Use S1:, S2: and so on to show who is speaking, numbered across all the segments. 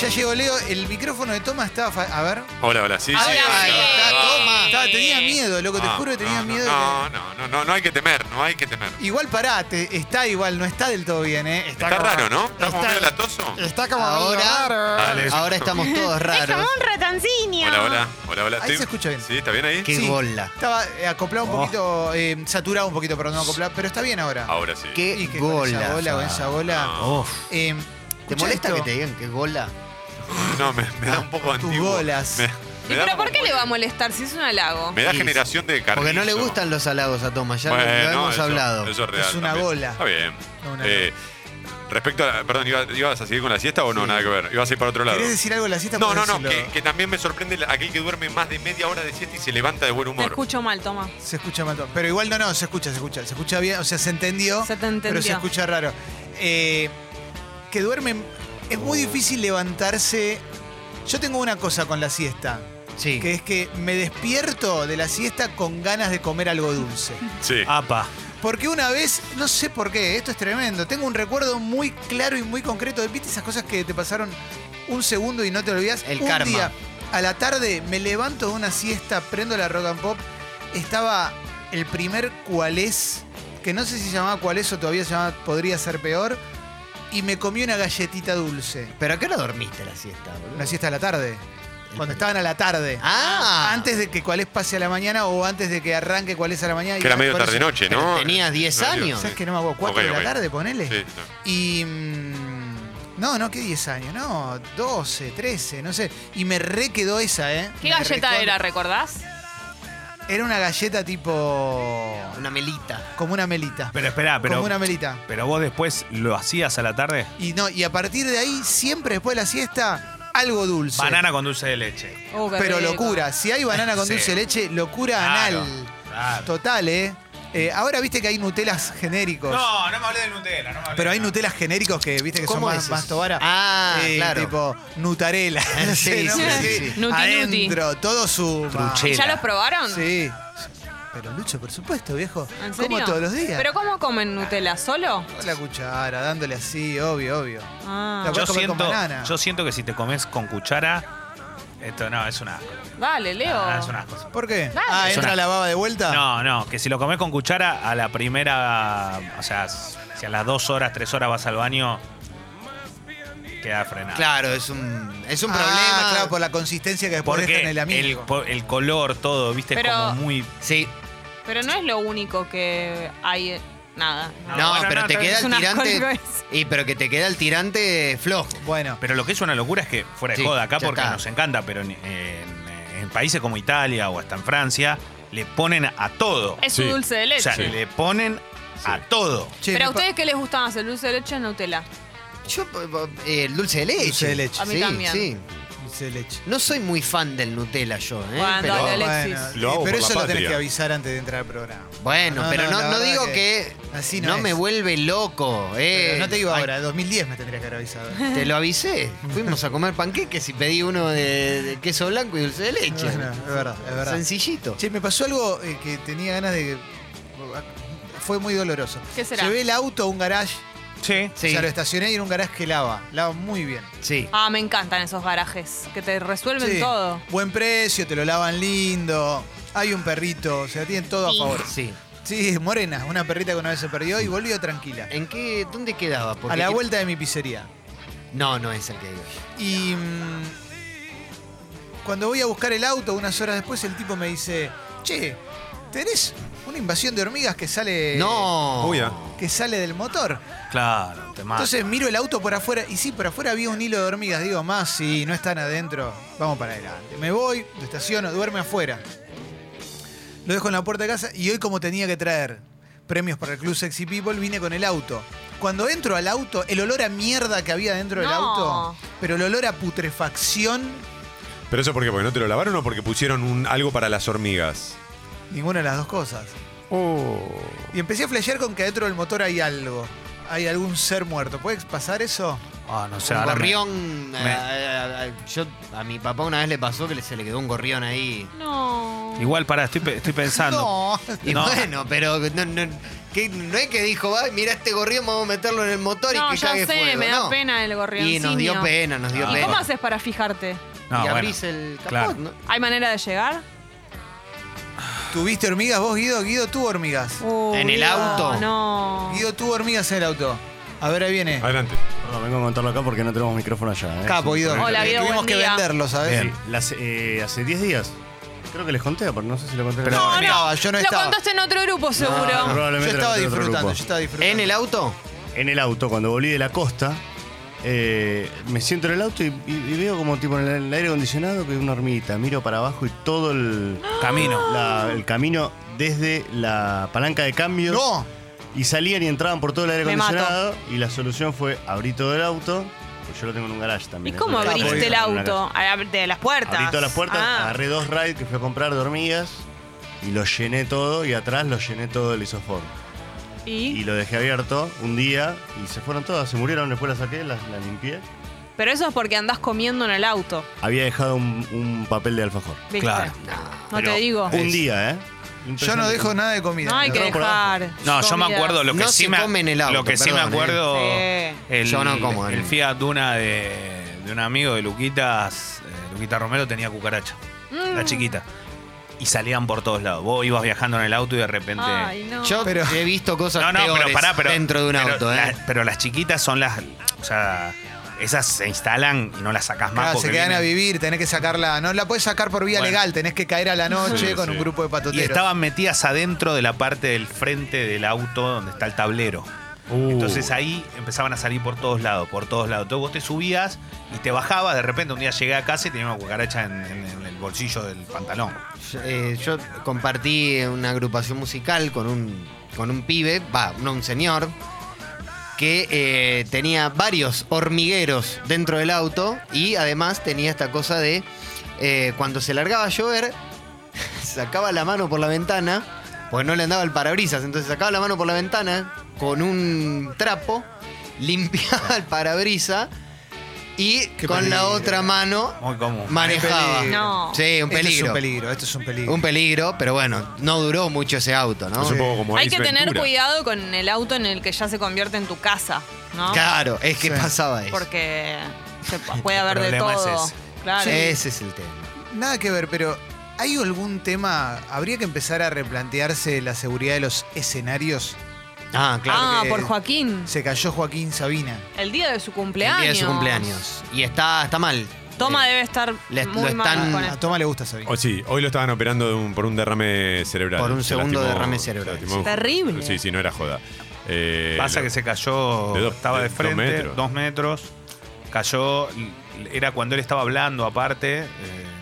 S1: Ya llegó Leo, el micrófono de Toma estaba. fa- A ver.
S2: Hola, hola, sí, sí.
S1: Ahí
S2: sí,
S1: está,
S2: no,
S1: Toma. Estaba- tenía miedo, loco, te
S2: no,
S1: juro que tenía
S2: no, no,
S1: miedo.
S2: No, no, no, no, no hay que temer, no hay que temer.
S1: Igual pará, te- está igual, no está del todo bien, ¿eh?
S2: Está, raro, ¿no? Está como medio latoso.
S3: Está como
S1: Ahora,
S2: Dale.
S3: ahora estamos todos
S4: Es como
S3: raros.
S4: un ratoncillo.
S2: Hola, hola, hola, hola.
S1: Ahí
S2: estoy-
S1: se escucha bien.
S2: Sí, ¿está bien ahí?
S3: Qué Oh.
S1: Sí.
S3: bola.
S1: Estaba eh, acoplado un poquito, eh, saturado un poquito, perdón, acoplado, pero está bien ahora.
S2: Ahora sí.
S1: Y
S3: Qué
S1: que con esa
S3: gola.
S1: bola, con esa bola.
S3: Uf.
S1: Eh,
S3: ¿Te
S1: escuchá
S3: molesta
S1: esto.
S3: que te digan qué gola?
S2: No, me, me da un poco
S1: Tus
S2: antiguo.
S1: bolas.
S2: Me,
S5: ¿Y
S2: me da
S5: pero por
S2: como-
S5: qué le va a molestar si es un halago?
S2: Me da
S3: Sí.
S2: generación de carrizo.
S3: Porque no le gustan los halagos a Thomas, ya lo-
S2: Bueno,
S3: lo hemos
S2: eso-
S3: hablado.
S2: Eso es real.
S1: Es una
S2: también.
S1: bola.
S2: Está bien.
S1: No, una
S2: Eh, respecto a. la- Perdón, ¿iba- ¿ibas a seguir con la siesta o no? Nada que ver. ¿Ibas a ir para otro lado?
S1: ¿Querés decir algo de la siesta?
S2: No, no,
S1: Podés
S2: no. Que,
S1: decirlo.
S2: que también me sorprende la- aquel que duerme más de media hora de siesta y se levanta de buen
S5: Te
S2: humor.
S5: escucho mal, toma.
S1: Se escucha mal. todo. Pero igual no, no, se escucha, se escucha. Se escucha bien, o sea, se entendió.
S5: Se te entendió.
S1: Oh, Pero se escucha raro. Eh, que duermen. Es muy difícil levantarse. Yo tengo una cosa con la siesta,
S3: Sí.
S1: que es que me despierto de la siesta con ganas de comer algo dulce.
S2: Sí.
S6: Apa.
S1: Porque una vez, no sé por qué, esto es tremendo. Tengo un recuerdo muy claro y muy concreto. de- ¿Viste esas cosas que te pasaron un segundo y no te olvidas?
S3: El
S1: un
S3: karma.
S1: día, a la tarde, me levanto de una siesta, prendo la rock and pop. Estaba el primer cuál es, que no sé si se llamaba cuál es o todavía se llamaba podría ser peor. Y me comí una galletita dulce.
S3: ¿Pero a qué hora dormiste la siesta, boludo?
S1: Una siesta a la tarde. Cuando estaban a la tarde.
S3: Ah,
S1: Antes de que cuál es pase a la mañana o antes de que arranque cuál es a la mañana. y
S2: Que era medio
S1: por eso-
S2: tarde-noche,
S3: Pero
S2: ¿no?
S3: tenías 10
S2: No,
S3: años.
S1: ¿Sabes que no me acuerdo? 4
S2: Ok,
S1: de la
S2: ok.
S1: tarde, ponele.
S2: Sí,
S1: Y. mm, No, no, que 10 años, no, 12, 13, no sé. Y me re quedó esa, ¿eh?
S5: ¿Qué
S1: Me
S5: galleta
S1: recontra-
S5: era, recordás?
S1: Era una galleta tipo.
S3: Una melita.
S1: Como una melita.
S6: Pero esperá, pero.
S1: Como una melita.
S6: Pero vos después lo hacías a la tarde.
S1: Y no, y a partir de ahí, siempre después de la siesta, algo dulce.
S6: Banana con dulce de leche.
S5: Oh, qué
S1: Pero
S5: rico.
S1: locura. Si hay banana con
S6: Sí.
S1: dulce de leche, locura
S6: Claro,
S1: anal.
S6: claro.
S1: Total, ¿eh? Eh, Ahora viste que hay Nutelas genéricos.
S6: No, no me hablé de Nutella. No me hablé
S1: Pero
S6: de
S1: hay
S6: nada.
S1: Nutelas genéricos que viste que son
S3: ¿Cómo
S1: más,
S3: es
S1: más
S3: eso?
S1: tobara.
S3: Ah,
S1: Eh,
S3: claro.
S1: Tipo Nutarela.
S3: Sí, sí, sí,
S5: sí. Nuti,
S1: Adentro, todo su.
S6: Truchela.
S5: ¿Ya los probaron?
S1: Sí. Pero Lucho, por supuesto, viejo.
S5: ¿En serio?
S1: Como todos los días.
S5: ¿Pero cómo comen Nutella? ¿Solo?
S1: Con la cuchara, dándole así, obvio, obvio.
S5: Ah,
S1: La-
S6: Yo
S1: podés comer con
S6: siento,
S1: banana.
S6: yo siento que si te comes con cuchara. Esto no, es una.
S5: dale, Leo.
S6: Ah, es una cosa.
S1: ¿Por qué?
S5: Dale.
S1: Ah,
S6: Es
S1: entra
S6: una-
S1: la baba de vuelta.
S6: No, no, que si lo comes con cuchara a la primera. O sea, si a las dos horas, tres horas vas al baño. Queda frenado.
S3: Claro, es un, es un
S1: Ah,
S3: problema.
S1: claro, por la consistencia que después
S6: Porque
S1: resta en el
S6: el,
S1: amigo.
S6: por- el color, todo, viste, es
S5: Pero-
S6: como muy.
S3: Sí.
S5: Pero no es lo único que hay. eh, Nada.
S3: No,
S6: bueno,
S3: pero
S6: no,
S3: te queda
S6: está bien.
S5: Es
S3: el
S5: una
S3: tirante.
S5: congruencia.
S3: Y pero que te queda el tirante flojo.
S1: Bueno,
S6: Pero lo que es una locura es que, fuera de
S3: Sí,
S6: joda acá,
S3: ya
S6: porque
S3: está.
S6: nos encanta, pero en, en- en países como Italia o hasta en Francia, le ponen a todo.
S5: Es un
S2: Sí.
S5: dulce de
S6: O
S5: leche.
S6: sea, le ponen a todo.
S1: che,
S5: ¿Pero a
S1: me pa-
S5: ustedes qué les gusta más, el dulce de leche o Nutella?
S3: Yo, eh, el dulce de leche.
S1: Dulce de leche.
S5: A mí
S3: sí,
S5: también.
S3: sí.
S1: dulce de leche.
S3: No soy muy fan del Nutella yo, ¿eh?
S5: Bueno,
S3: pero,
S5: dale,
S3: bueno,
S5: Alexis.
S2: Lo hago
S1: eh, pero
S2: por
S1: eso
S2: la
S1: lo tenés
S2: patria.
S1: que avisar antes de entrar al programa. No,
S3: pero
S1: no,
S3: no,
S1: la
S3: no
S1: verdad
S3: digo
S1: que
S3: que,
S1: así no
S3: no,
S1: es.
S3: me vuelve loco. eh.
S1: Pero no te digo
S3: Ay,
S1: ahora, 2010 me tendrías que haber avisado.
S3: Te lo avisé. Fuimos a comer panqueques y pedí uno de, de queso blanco y dulce de leche.
S1: Bueno, es verdad, es verdad.
S3: Sencillito.
S1: Che, me pasó algo eh, que tenía ganas de. Fue muy doloroso.
S5: ¿Qué será?
S1: Llevé el auto a un garage,
S6: Sí.
S3: Sí,
S1: o sea, lo estacioné y era un garage que lava. Lava muy bien.
S3: sí.
S5: Ah, me encantan esos garajes, que te resuelven
S1: Sí.
S5: todo.
S1: Buen precio, te lo lavan lindo. Hay un perrito, o sea, tienen todo a
S5: Sí.
S1: favor.
S3: Sí.
S1: Sí, Morena, una perrita que una vez se perdió y volvió tranquila.
S3: ¿En qué? ¿Dónde quedaba? Eh, Porque
S1: A la
S3: que-
S1: vuelta de mi pizzería.
S3: No, no es el que digo yo.
S1: Y mm, cuando voy a buscar el auto, unas horas después, el tipo me dice, che, ¿tenés una invasión de hormigas que sale,
S3: no.
S2: Uy, ah.
S1: que sale del motor?
S6: Claro, te mata.
S1: Entonces miro el auto por afuera y sí, por afuera había un hilo de hormigas. Digo, más si no están adentro, vamos para adelante. Me voy, lo estaciono, duerme afuera. Lo dejo en la puerta de casa y hoy como tenía que traer premios para el Club Sexy People, vine con el auto. Cuando entro al auto, el olor a mierda que había dentro del
S5: No.
S1: auto, pero el olor a putrefacción,
S2: ¿Pero eso por qué? ¿Porque no te lo lavaron o porque pusieron un, algo para las hormigas?
S1: ninguna de las dos cosas.
S2: Oh.
S1: Y empecé a flashear con que adentro del motor hay algo. Hay algún ser muerto. ¿Puede pasar eso?
S6: Ah, no sé,
S3: un
S6: ahora me-
S3: gorrión.
S6: me-
S3: eh, eh, eh, yo, a mi papá una vez le pasó que se le quedó un gorrión ahí.
S5: No.
S6: Igual, pará, estoy, pe- estoy pensando.
S1: No.
S3: Y
S6: No.
S3: bueno, pero no, no, Que no es que dijo, va, mira este gorrión, vamos a meterlo en el motor
S5: No,
S3: y que
S5: ya
S3: cague
S5: sé,
S3: fuego.
S5: me da
S3: no.
S5: pena el gorrioncino.
S3: Y nos dio pena, nos dio
S5: ¿Y
S3: pena.
S5: cómo haces para fijarte?
S6: No,
S3: y
S6: bueno.
S3: abrís el capot,
S6: Claro.
S3: ¿no?
S5: ¿Hay manera de llegar?
S1: ¿Tuviste hormigas vos, Guido? Guido tuvo hormigas.
S5: Uh,
S3: ¿En el
S5: Guido,
S3: auto?
S5: No.
S1: Guido tuvo hormigas en el auto. A ver, ahí viene.
S2: Adelante.
S4: Perdón, vengo a contarlo acá porque no tenemos micrófono allá. ¿eh?
S1: Capo, Guido.
S5: Hola,
S1: Eh,
S5: Guido,
S1: Tuvimos
S5: buen
S1: que
S5: día.
S1: venderlo, ¿sabes?
S4: Bien, las, eh, hace 10 días, creo que les conté, pero no sé si lo conté.
S1: Pero
S5: No,
S1: no estaba,
S5: no.
S1: yo no
S5: Lo
S1: estaba.
S5: contaste en otro grupo, seguro.
S1: Yo
S4: probablemente lo
S1: estaba
S4: conté en otro
S1: disfrutando,
S4: grupo.
S1: yo estaba disfrutando.
S3: ¿En el auto?
S4: en el auto, cuando volví de la costa, eh, me siento en el auto y, y- y veo como tipo en el, en el aire acondicionado que hay una hormiguita. Miro para abajo y todo el
S6: Camino.
S4: la- el camino desde la palanca de cambios.
S1: No,
S4: Y salían y entraban por todo el aire
S5: Me mato.
S4: acondicionado. Y la solución fue abrir todo el auto. Pues yo lo tengo en un garage
S5: ¿Y
S4: también.
S5: cómo
S4: entonces-
S1: Capo,
S5: abriste el
S4: Claro, en una
S5: auto? Ah, De las puertas.
S4: Abrí todas las puertas,
S5: Ah.
S4: agarré dos rides que fui a comprar de hormigas y lo llené todo y atrás lo llené todo el isofor. Y
S5: ¿Y?
S4: lo dejé abierto un día y se fueron todas, se murieron, después las saqué, las, las limpié.
S5: Pero eso es porque andás comiendo en el auto.
S4: Había dejado un, un papel de alfajor.
S5: ¿viste?
S6: Claro.
S5: Ah, No
S4: Pero
S5: te digo.
S4: Un día, ¿eh?
S1: yo no
S4: Impresionante.
S1: dejo nada de comida.
S5: No hay que
S4: Entró por abajo.
S5: dejar.
S6: No, yo me
S5: comida.
S6: acuerdo lo que
S3: No
S6: sí
S3: se
S6: me
S3: come en el auto,
S6: lo que sí me
S3: perdón, ¿eh?
S6: acuerdo
S5: Sí.
S6: el,
S3: Yo no como,
S6: el
S3: ¿eh?
S6: Fiat Duna de, de un amigo de Luquitas, eh, Luquita Romero tenía cucaracha,
S5: Mm.
S6: la chiquita. Y salían por todos lados. Vos ibas viajando en el auto y de repente
S5: Ay, no.
S3: Yo
S1: Pero-
S3: he visto cosas
S6: No, no,
S3: peores
S6: pero pará, pero.
S3: dentro de un
S6: pero
S3: auto, ¿eh?
S6: la- pero las chiquitas son las. O sea, esas se instalan y no las sacas más.
S1: Claro,
S6: porque
S1: se quedan
S6: vienen-
S1: a vivir, tenés que sacarla. No la puedes sacar por vía
S6: Bueno.
S1: legal, tenés que caer a la noche
S4: Sí,
S1: con
S4: sí.
S1: un grupo de
S6: Y
S1: patoteros.
S6: estaban metidas adentro de la parte del frente del auto donde está el tablero.
S4: Uh.
S2: Uh.
S6: Entonces ahí empezaban a salir por todos lados, por todos lados. Entonces vos te subías y te bajabas. De repente un día llegué a casa y tenía una cucaracha en, en- en el bolsillo del pantalón.
S3: Eh, yo compartí una agrupación musical con un, con un pibe, va, no un señor, que eh, tenía varios hormigueros dentro del auto y además tenía esta cosa de eh, cuando se largaba a llover, sacaba la mano por la ventana, pues no le andaba el parabrisas, entonces sacaba la mano por la ventana con un trapo, limpiaba el parabrisas y
S1: Qué
S3: con la
S1: peligro.
S3: otra mano
S6: Muy común.
S3: manejaba.
S1: peligro.
S5: No.
S3: Sí,
S1: Esto es un
S3: un peligro.
S1: peligro, esto es un peligro.
S3: Un peligro, pero bueno, no duró mucho ese auto, ¿no?
S2: Es un poco como
S5: Hay
S2: Ace
S5: que tener
S2: Ventura.
S5: cuidado con el auto en el que ya se convierte en tu casa, ¿no?
S3: Claro, es que
S1: Sí.
S3: pasaba eso.
S5: Porque ah, se p- puede haber de
S6: problema es
S5: todo.
S6: ese.
S5: Claro.
S3: Ese es el tema.
S1: Nada que ver, pero ¿hay algún tema? ¿Habría que empezar a replantearse la seguridad de los escenarios?
S3: Ah, claro.
S5: ah,
S1: que-
S5: por Joaquín.
S1: Se cayó Joaquín Sabina.
S5: El día de su
S3: El
S5: cumpleaños.
S3: día de su cumpleaños. Y está, está mal.
S5: Toma
S3: Eh,
S5: debe estar
S3: le- lo
S5: muy mal
S3: están-
S5: con
S1: A
S5: esto.
S1: Toma le gusta Sabina.
S2: Oh, sí, hoy lo estaban operando de un- por un derrame cerebral.
S3: Por un
S2: Se
S3: segundo derrame cerebral.
S2: se lastimó.
S5: Terrible.
S2: Sí, sí, no era joda. Eh,
S6: Pasa
S2: lo-
S6: que se cayó,
S2: de dos-
S6: estaba
S2: de
S6: de
S2: dos
S6: frente, dos metros.
S2: metros.
S6: cayó, y- y era cuando él estaba hablando aparte, eh,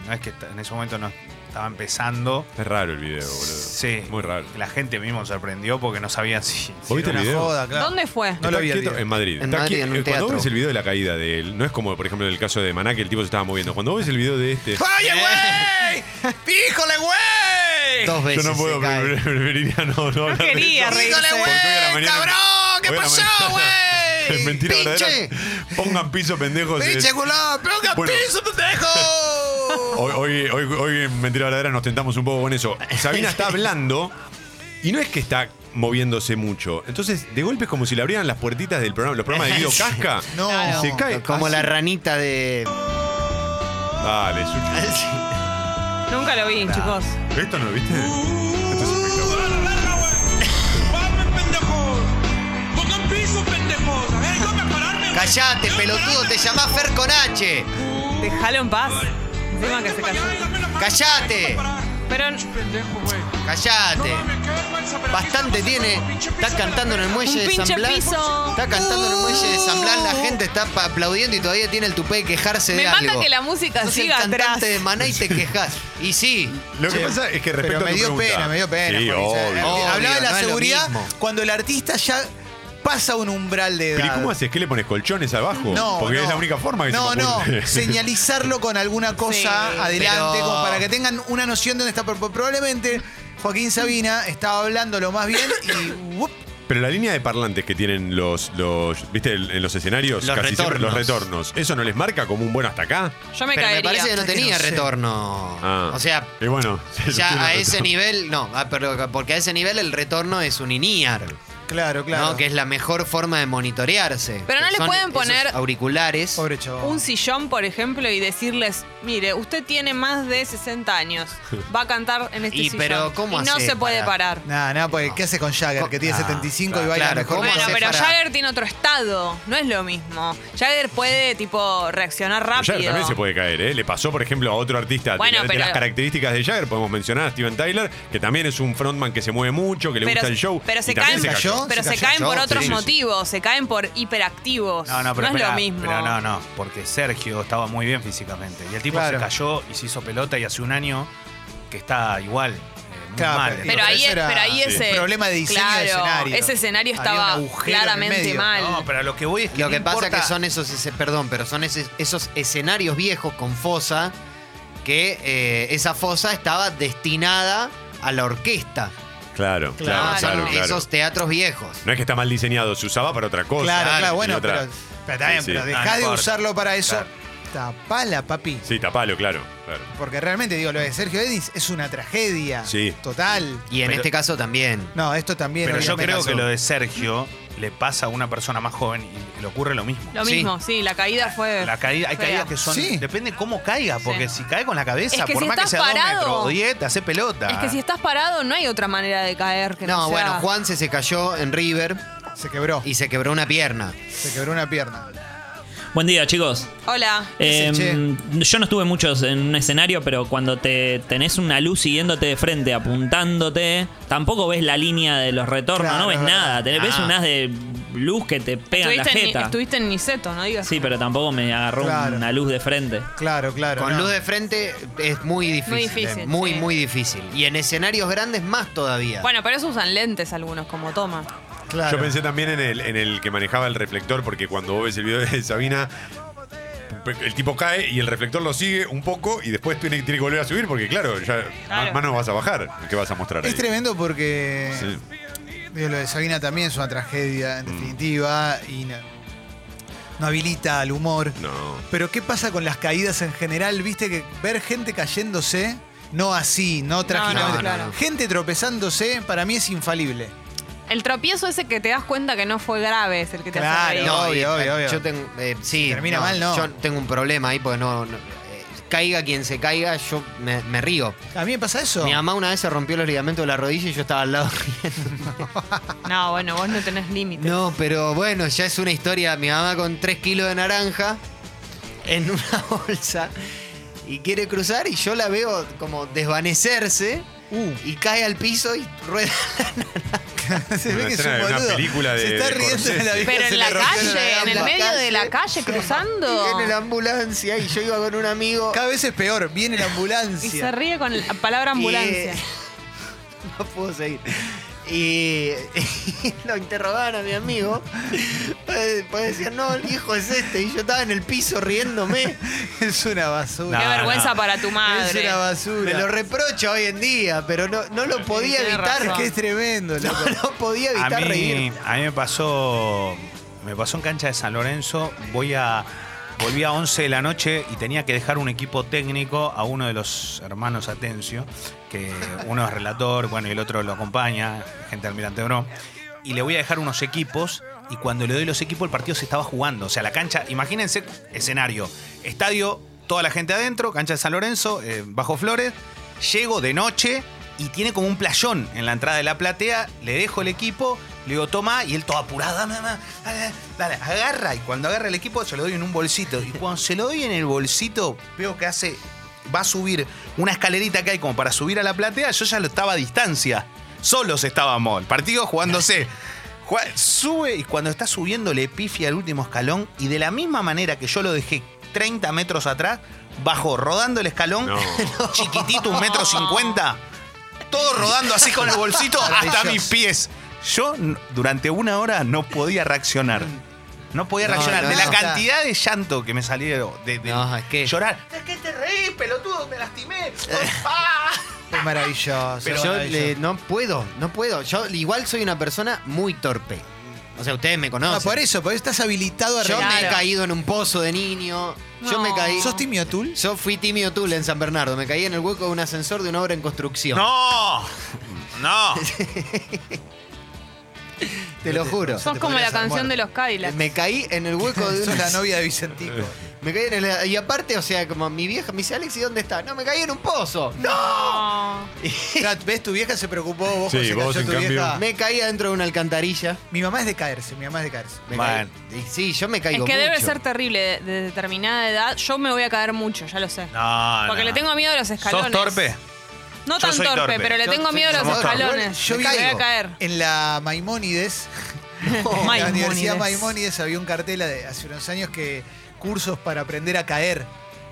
S6: no es que est- en ese momento no estaba empezando.
S2: Es raro el video, boludo.
S6: Sí.
S2: Muy raro.
S6: La gente mismo sorprendió porque no sabían si... si
S2: ¿Vos viste
S6: era-
S2: el
S1: Una
S2: video?
S1: joda, claro.
S5: ¿Dónde fue?
S1: No lo
S2: Está
S1: vi el
S2: quieto
S1: video.
S2: en Madrid.
S3: En
S2: Está
S3: Madrid,
S2: quie-
S3: en un
S2: cuando
S3: teatro.
S2: vos ves el video de la caída de él, no es como, por ejemplo, el caso de Maná, que el tipo se estaba moviendo. Cuando vos ves el video de este.
S1: ¡Vaya, güey! ¡Píjole, güey!
S3: Dos
S2: Yo
S3: veces.
S2: no puedo,
S3: se cae.
S2: pre- preferiría no, no hablar de
S5: quería
S2: eso.
S5: reírse.
S1: ¡Píjole,
S2: Porque hoy a la
S1: güey!
S2: mañana-
S1: ¡Eh, ¡Cabrón! ¿Qué
S2: hoy a la
S1: pasó,
S2: mañana-
S1: güey?
S2: Mentira
S1: ¡Pinche!
S2: verdadera. Pongan piso, pendejos. eh.
S1: ¡Pinche culón! ¡Ponga
S2: Bueno.
S1: piso, pendejo!
S2: Hoy, hoy, hoy, hoy en Mentira Verdadera nos tentamos un poco con eso. Sabina está hablando y no es que está moviéndose mucho. Entonces, de golpe es como si le abrieran las puertitas del programa, los programas de Guido Casca.
S1: No.
S2: Y se cae.
S3: Como
S2: así.
S3: la ranita de.
S2: Dale, Sucho.
S5: Nunca lo vi, chicos.
S2: ¿Esto no lo viste? Esto es espectacular.
S7: Pongan Pues piso, pendejos. A ver, déjame pararme. güey.
S3: Callate, pelotudo, te llamás Fer con H.
S5: Déjalo en paz. Encima que se
S7: Para
S5: cayó.
S7: allá y dame la mano,
S3: Cállate.
S7: déjame parar.
S5: Pero
S7: Pendejo, güey.
S3: Callate.
S7: No mames, qué vergüenza, pero aquí
S3: Bastante
S7: estamos
S3: tiene.
S7: hablando, pinche
S3: Está
S7: piso
S3: cantando en el muelle
S5: Un
S3: de San
S5: pinche
S3: Blas.
S5: piso. Uh.
S3: Está cantando en el muelle de San Blas. La gente está pa- aplaudiendo y todavía tiene el tupé de quejarse
S5: me
S3: de algo.
S5: mata que la música
S3: Sos el
S5: siga
S3: cantante
S5: atrás.
S3: de Maná y te quejas. Y sí.
S2: Lo que pasa es que
S1: Pero
S2: respecto a
S1: me
S2: tu
S1: dio
S2: pregunta-
S1: pena, me dio pena.
S2: Sí,
S1: Juan Isabel.
S2: obvio.
S3: obvio.
S1: Hablaba de la
S3: no es lo
S1: seguridad
S3: mismo.
S1: cuando el artista ya pasa un umbral de edad.
S2: Pero ¿y cómo haces? ¿Qué le pones colchones abajo?
S1: No,
S2: Porque
S1: no.
S2: es la única forma que
S1: No,
S2: se me ocurre.
S1: no, señalizarlo con alguna cosa
S5: Sí,
S1: adelante,
S3: pero-
S1: como para que tengan una noción de dónde está. Pero Probablemente Joaquín Sabina estaba hablando lo más bien y... ¡up!
S2: pero la línea de parlantes que tienen los, los viste, el- en los escenarios,
S3: Los
S2: siempre los
S3: retornos.
S2: retornos, ¿eso no les marca como un bueno hasta acá?
S5: Yo me
S3: Pero me
S5: caería.
S3: parece que no tenía
S1: no sé.
S3: retorno.
S2: Ah.
S3: O sea,
S2: Y bueno,
S3: ya a ese nivel, no, ah, pero porque a ese nivel el retorno es un INIAR.
S1: Claro, claro.
S3: ¿no? Que es la mejor forma de monitorearse.
S5: Pero no
S3: Que
S5: le
S3: son
S5: pueden
S3: esos
S5: poner-
S3: auriculares.
S1: Pobre chabón.
S5: un sillón, por ejemplo, y decirles, mire, usted tiene más de 60 años, va a cantar en este
S3: Y,
S5: sillón.
S3: pero, ¿cómo
S5: y no
S3: hace
S5: se puede
S3: para-
S5: parar.
S1: Nah, nah, porque ¿qué hace con Jagger? Que tiene
S3: Ah,
S1: 75 y baila
S3: claro,
S1: mejor.
S3: ¿cómo
S5: Bueno,
S3: hace
S5: pero
S3: para-
S5: Jagger tiene otro estado, no es lo mismo. Jagger puede, tipo, reaccionar rápido.
S2: Jagger también se puede caer, ¿eh? Le pasó, por ejemplo, a otro artista. De
S5: Bueno,
S2: la- de,
S5: pero-
S2: las características de Jagger, podemos mencionar a Steven Tyler, que también es un frontman que se mueve mucho, que le gusta el show.
S5: pero
S2: y
S5: se
S2: también
S5: caen,
S1: se cayó.
S5: pero
S1: Se
S5: se,
S1: cayó.
S5: caen por
S2: Sí,
S5: otros
S2: sí, sí.
S5: motivos, se caen por hiperactivos.
S6: No, no, pero
S5: es
S6: espera,
S5: lo mismo.
S6: Pero no, no, porque Sergio estaba muy bien físicamente. Y el tipo
S1: Claro.
S6: se cayó y se hizo pelota y hace un año que está igual. eh, muy
S1: Claro,
S6: mal.
S1: pero-
S5: Pero ahí,
S1: Eso
S5: es-
S1: era
S5: pero ahí ese
S1: un problema de diseño de
S5: claro,
S1: escenario.
S5: Ese escenario
S1: Había
S5: estaba
S1: un agujero en el
S5: claramente
S1: medio.
S5: mal.
S6: No, pero a lo que voy es que.
S3: Lo
S6: no
S3: que pasa
S6: importa-
S3: que son esos, ese- perdón, pero son ese- esos escenarios viejos con fosa que eh, esa fosa estaba destinada a la orquesta.
S2: Claro,
S3: Ah,
S2: claro,
S3: son
S2: claro. claro.
S3: Esos teatros viejos.
S2: No es que está mal diseñado, se usaba para otra cosa.
S1: Claro, claro,
S2: Ah, y
S1: bueno,
S2: otra-
S1: pero, pero también,
S2: Sí, sí.
S1: pero
S6: Ah, No, no
S1: dejá de
S6: importa.
S1: usarlo para eso.
S6: Claro.
S1: Tapala, papi.
S2: Sí, tapalo, claro. claro.
S1: Porque realmente, digo, lo de Sergio Edis es una tragedia.
S2: Sí.
S1: Total.
S3: Y en
S6: Pero-
S3: este caso también.
S1: No, esto también.
S6: Pero yo
S1: obviamente,
S6: creo
S1: pasó.
S6: que lo de Sergio le pasa a una persona más joven y le ocurre lo mismo.
S5: Lo
S3: Sí.
S5: mismo, sí, la caída fue.
S6: La caída, hay
S5: fea.
S6: caídas que son.
S1: Sí.
S6: Depende cómo caiga, porque si cae con la cabeza,
S5: Es que
S6: por
S5: si
S6: más que
S5: estás
S6: sea
S5: parado-
S6: dos metros o diez, te hace pelota.
S5: Es que si estás parado, no hay otra manera de caer que no,
S3: No,
S5: sea-
S3: bueno, Juanse se cayó en River
S1: Se quebró.
S3: y se quebró una pierna.
S1: Se quebró una pierna.
S8: Buen día, chicos.
S5: Hola.
S1: ¿Qué se
S8: Em, yo no estuve muchos en un escenario, pero cuando te tenés una luz siguiéndote de frente, apuntándote, tampoco ves la línea de los retornos,
S1: Claro,
S8: no ves
S1: es verdad.
S8: nada. Te, Ves
S3: Ah.
S8: un haz de luz que te pega en la
S5: Estuviste en,
S8: jeta.
S5: estuviste en Niceto, no digas.
S8: Sí, pero tampoco me agarró
S1: Claro.
S8: una luz de frente.
S1: Claro, claro.
S3: Con
S1: no.
S3: luz de frente es muy difícil.
S5: Muy
S3: Muy
S5: difícil,
S3: difícil. Muy,
S5: sí.
S3: muy difícil. Y en escenarios grandes más todavía.
S5: Bueno, pero eso usan lentes algunos, como toma.
S1: Claro.
S2: Yo pensé también en el, en el que manejaba el reflector, porque cuando vos ves el video de Sabina, el tipo cae y el reflector lo sigue un poco y después tiene, tiene que volver a subir, porque claro, ya
S5: Claro.
S2: Más, más no vas a bajar el que vas a mostrar.
S1: Es
S2: ahí.
S1: tremendo porque
S2: Sí.
S1: digo, lo de Sabina también es una tragedia, en definitiva, y no, no habilita al humor.
S2: No.
S1: Pero ¿qué pasa con las caídas en general? Viste que ver gente cayéndose, no así, no trágicamente.
S3: no, claro.
S1: Gente tropezándose, para mí es infalible.
S5: El tropiezo ese que te das cuenta que no fue grave es el que te
S1: Claro.
S5: hace reír.
S1: No, obvio,
S3: y,
S1: obvio,
S3: eh,
S1: obvio.
S3: Yo tengo, eh, sí,
S1: Si termina mal, no.
S3: Yo tengo un problema ahí porque no. no, eh, caiga quien se caiga, yo me, me río.
S1: A mí me pasa eso.
S3: Mi mamá una vez se rompió los ligamentos de la rodilla y yo estaba al lado riendo.
S5: No, bueno, vos no tenés límites.
S3: No, pero bueno, ya es una historia. Mi mamá con 3 kilos de naranja en una bolsa y quiere cruzar y yo la veo como desvanecerse
S1: Uh,
S3: y cae al piso y rueda
S1: se ve
S2: Una
S1: que es
S2: escena
S1: un
S2: de una
S1: boludo.
S2: película
S1: se
S2: de-
S1: está
S2: de
S1: riendo de
S2: Scorsese.
S1: la vida.
S5: Pero
S1: se
S5: en
S1: le
S5: la
S1: rompió
S5: calle, en
S1: garganta.
S5: el medio de la calle, cruzando.
S3: Y viene la ambulancia y yo iba con un amigo.
S1: Cada vez es peor, viene la
S5: Y se
S1: ambulancia.
S5: ríe con la
S3: Eh,
S5: palabra ambulancia.
S3: Y- no puedo seguir. Y, y lo interrogaban a mi amigo. Pues pues decían, no, el viejo es este. Y yo estaba en el piso riéndome.
S1: es una basura.
S3: Ah,
S5: Qué
S6: No,
S5: vergüenza
S6: no.
S5: para tu
S1: es una
S5: madre.
S1: basura.
S3: Me lo reprocho hoy en día, pero no, no lo podía
S5: tiene
S3: evitar.
S5: razón.
S1: que es tremendo, loco.
S3: No, no podía
S6: a
S3: evitar
S6: mí,
S3: reír.
S6: a mí me pasó. Me pasó en cancha de San Lorenzo. Voy a. Volví a 11 de la noche y tenía que dejar un equipo técnico a uno de los hermanos Atencio, que uno es relator, bueno, y el otro lo acompaña, gente de Almirante Bro. Y le voy a dejar unos equipos y cuando le doy los equipos el partido se estaba jugando. O sea, la cancha, imagínense, escenario, estadio, toda la gente adentro, cancha de San Lorenzo, eh, bajo flores, llego de noche y tiene como un playón en la entrada de la platea, le dejo el equipo, le digo, toma, y él todo apurado, dame, dame, dale, dale, agarra, y cuando agarra el equipo se lo doy en un bolsito, y cuando se lo doy en el bolsito, veo que hace, va a subir una escalerita que hay como para subir a la platea, yo ya lo estaba a distancia, solos estábamos, el partido jugándose. Jue- Sube y cuando está subiendo le pifia al último escalón y de la misma manera que yo lo dejé 30 metros atrás, bajó rodando el escalón,
S2: No.
S6: chiquitito, un metro cincuenta, todo rodando así con el bolsito hasta
S1: Maravilloso.
S6: mis pies. Yo n- durante una hora no podía reaccionar. No podía
S3: No,
S6: reaccionar.
S3: no,
S6: de la
S3: no.
S6: cantidad de llanto que me salieron de, de
S3: No, es que-
S6: llorar. ¿De qué te reí, pelotudo? Me lastimé. Ah.
S1: Pero maravilloso.
S3: Pero yo
S1: maravilloso.
S3: le- no puedo, no puedo. Yo igual soy una persona muy torpe. O sea, ustedes me
S1: Ah,
S3: conocen.
S1: por eso, porque estás habilitado a
S3: Yo me he
S1: reventar.
S3: caído en un pozo de niño. Yo
S5: No.
S3: me caí.
S1: ¿Sos Timio Tul?
S3: Yo fui tímido Tula en San Bernardo. Me caí en el hueco de un ascensor de una obra en construcción.
S6: ¡No! ¡No!
S3: te lo juro.
S1: Yo
S5: Sos
S1: te
S5: como la
S1: podrías haber
S5: canción
S1: muerto.
S5: de los Cadillacs.
S3: Me caí en el hueco de
S1: Sos
S3: un
S1: la novia de Vicentico.
S3: Me caí en el- Y aparte, o sea, como mi vieja me dice, Alex, ¿y dónde está? No, me caí en un pozo.
S5: No.
S1: Ya, ¿Ves? Tu vieja se preocupó, vos
S2: Sí,
S1: se cayó
S2: vos, en
S1: tu
S2: cambio.
S1: vieja.
S3: Me caí adentro de una alcantarilla.
S1: Mi mamá es de caerse, mi mamá es de caerse.
S3: Me
S6: Bueno.
S3: caí- y sí, yo me
S5: Es que
S3: caigo
S5: debe
S3: mucho.
S5: ser terrible. De, de determinada edad, yo me voy a caer mucho, ya lo sé.
S6: No,
S5: Porque
S6: no.
S5: le tengo miedo a los escalones.
S6: ¿Sos torpe?
S5: No
S6: Yo
S5: tan
S6: soy
S5: torpe,
S6: torpe.
S5: pero le
S3: Yo
S5: tengo
S3: soy-
S5: miedo a los
S6: somos torpes.
S5: escalones.
S1: Yo
S5: Yo
S1: vi
S5: me voy
S1: algo.
S5: a caer.
S1: En la Maimónides, en la Universidad Maimónides había un cartel de- hace unos años que cursos para aprender a caer.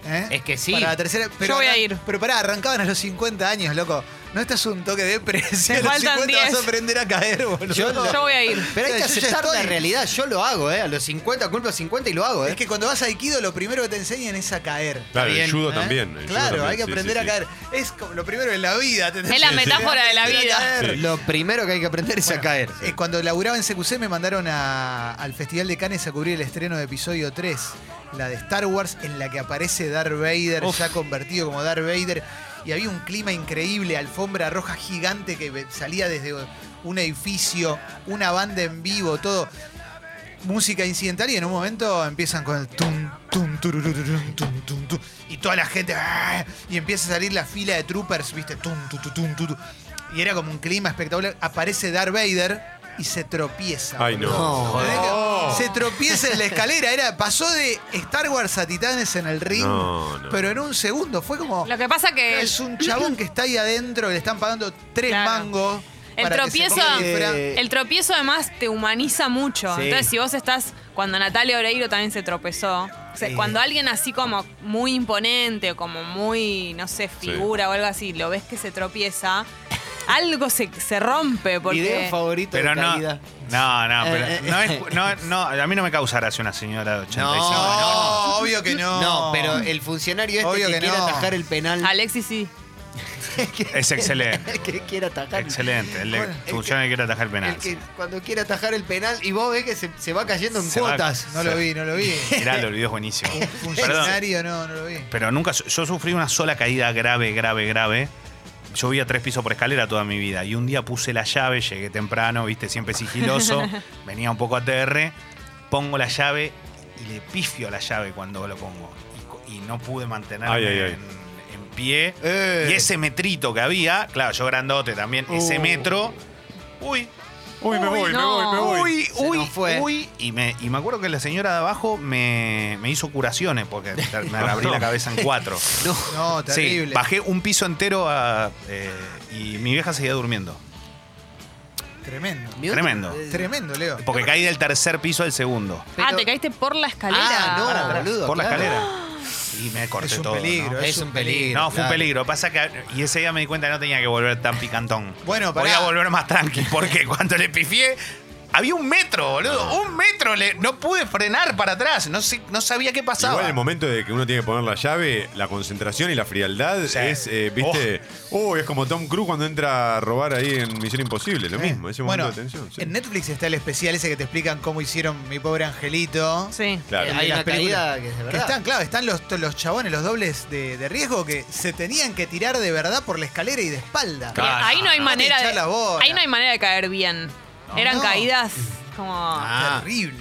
S1: ¿eh?
S3: Es que sí.
S1: Para la tercera, pero
S5: Yo voy a
S1: arran-
S5: ir.
S1: Pero pará, arrancaban a los 50 años, loco. No estás un toque de presión. a
S5: Te
S1: los
S5: faltan
S1: 50 vas a
S5: 10.
S1: aprender a caer, boludo.
S5: Yo voy a ir.
S3: Pero hay
S1: O
S3: que
S1: sea, yo ya
S3: aceptar la
S1: estoy.
S3: realidad. Yo lo hago, ¿eh? A los 50, cumplo 50 y lo hago, ¿eh?
S1: Es que cuando vas a Aikido, lo primero que te enseñan es a caer.
S2: Claro,
S3: Bien,
S2: el judo
S1: ¿eh?
S2: también. el judo
S1: Claro,
S2: también,
S1: hay que
S2: sí,
S1: aprender
S2: sí,
S1: a
S2: sí.
S1: caer. Es como lo primero en la vida. te-
S5: Es la
S1: te-
S5: metáfora de la
S1: te- te-
S5: vida.
S1: caer.
S2: Sí.
S3: Lo primero que hay que aprender es a caer.
S1: Eh, cuando laburaba en CQC me mandaron a- al Festival de Cannes a cubrir el estreno de episodio 3, la de Star Wars, en la que aparece Darth Vader, ya convertido como Darth Vader, y había un clima increíble, alfombra roja gigante que ve- salía desde un edificio, una banda en vivo, todo. Música incidental y en un momento empiezan con el tum, tum, tururururum, tum, tum, tum, y toda la gente ¡ah! y empieza a salir la fila de troopers, viste, tum, tu, tu, tum, tu, tu. y era como un clima espectacular. Aparece Darth Vader y se tropieza.
S2: Ay, no.
S1: boludo. ¿Entendés que
S2: No.
S1: Se tropieza en la escalera, era pasó de Star Wars a Titanes en el ring,
S2: No, no.
S1: pero en un segundo fue como
S5: Lo que pasa que
S1: es un chabón que está ahí adentro, que le están pagando tres
S5: Claro.
S1: mangos.
S5: El
S1: para que se
S5: tropiezo,
S1: ponga el
S3: Eh,
S1: disfraz.
S5: el tropiezo además te humaniza mucho.
S3: Sí.
S5: Entonces, si vos estás, cuando Natalia Oreiro también se tropezó, o sea, cuando alguien así como muy imponente o como muy, no sé, figura o algo así, lo ves que se tropieza, algo se, se rompe
S3: Video
S5: porque...
S3: favorito
S6: Pero
S3: de
S6: no.
S3: caída.
S6: No, no, pero
S3: Eh, eh,
S6: no es- no, no, a mí no me causa gracia una señora de 85
S3: No,
S6: años.
S1: No, Oh, obvio que no.
S3: No, pero el funcionario este
S1: Obvio
S3: que,
S1: que
S3: quiere
S1: no.
S3: atajar el penal.
S5: Alexis sí.
S6: Es excelente.
S3: que quiere atajar. el-
S6: Excelente. El de
S3: Bueno,
S6: funciona que quiere atajar el penal.
S3: el que cuando quiere atajar el penal y vos ves que se, se va cayendo en
S6: Se va-
S3: cuotas.
S1: No lo vi, no lo vi.
S6: Mirá, lo olvidó, es buenísimo. Perdón.
S1: Funcionario, no, no lo vi.
S6: Pero nunca. su- Yo sufrí una sola caída grave, grave, grave. Yo vivía tres pisos por escalera toda mi vida. Y un día puse la llave, llegué temprano, viste, siempre sigiloso. venía un poco ATR. Pongo la llave y le pifio a la llave cuando lo pongo. Y co- Y, no pude mantenerme
S2: Ay, ay, ay.
S6: En, en pie.
S3: Eh.
S6: Y ese metrito que había, claro, yo grandote también,
S3: Uh.
S6: ese metro. Uy,
S2: Uy, me voy,
S5: no.
S2: me voy, me voy.
S6: Uy,
S3: Se
S6: uy,
S3: nos fue.
S6: uy. Y me, y me acuerdo que la señora de abajo me, me hizo curaciones porque me abrí la cabeza en cuatro.
S1: No, terrible.
S6: Sí, bajé un piso entero a, eh, y mi vieja seguía durmiendo.
S1: Tremendo.
S3: Mi otro-
S6: Tremendo.
S3: eh,
S1: Tremendo, Leo.
S6: Porque caí del tercer piso al segundo.
S5: Ah,
S3: Pero-
S5: te caíste por la escalera.
S3: Ah, no,
S5: Pará, pará.
S3: boludo,
S6: por la
S3: claro.
S6: escalera. Y me corté
S1: Es un
S6: todo.
S1: peligro,
S6: ¿no?
S1: es
S3: Es un peligro.
S6: No, fue
S3: claro.
S6: un peligro. Pasa que. Y ese día me di cuenta que no tenía que volver tan picantón.
S1: Bueno,
S6: Voy
S1: pará.
S6: a volver más tranqui. Porque cuando le pifié. Había un metro, boludo. Un metro. le- no pude frenar para atrás. No, sé- no sabía qué pasaba.
S2: Igual el momento de que uno tiene que poner la llave, la concentración y la frialdad
S6: Sí.
S2: es, eh, viste,
S1: Oh.
S2: uy, es como Tom Cruise cuando entra a robar ahí en Misión Imposible, lo mismo, ese momento
S1: Bueno,
S2: de tensión. sí.
S1: en Netflix está el especial ese que te explican cómo hicieron mi pobre angelito.
S5: Sí.
S2: Claro.
S3: Hay
S1: las
S3: una caída que es de
S1: Que
S3: verdad.
S1: están, claro, están los, los chabones, los dobles de, de riesgo que se tenían que tirar de verdad por la escalera y de espalda.
S6: Claro. Ah,
S5: ahí no hay
S1: no.
S5: manera
S1: Te
S5: de...
S1: hinchá la bola.
S5: Ahí no hay manera de caer bien. Eran
S1: No.
S5: caídas como...
S3: Ah.
S1: Terrible.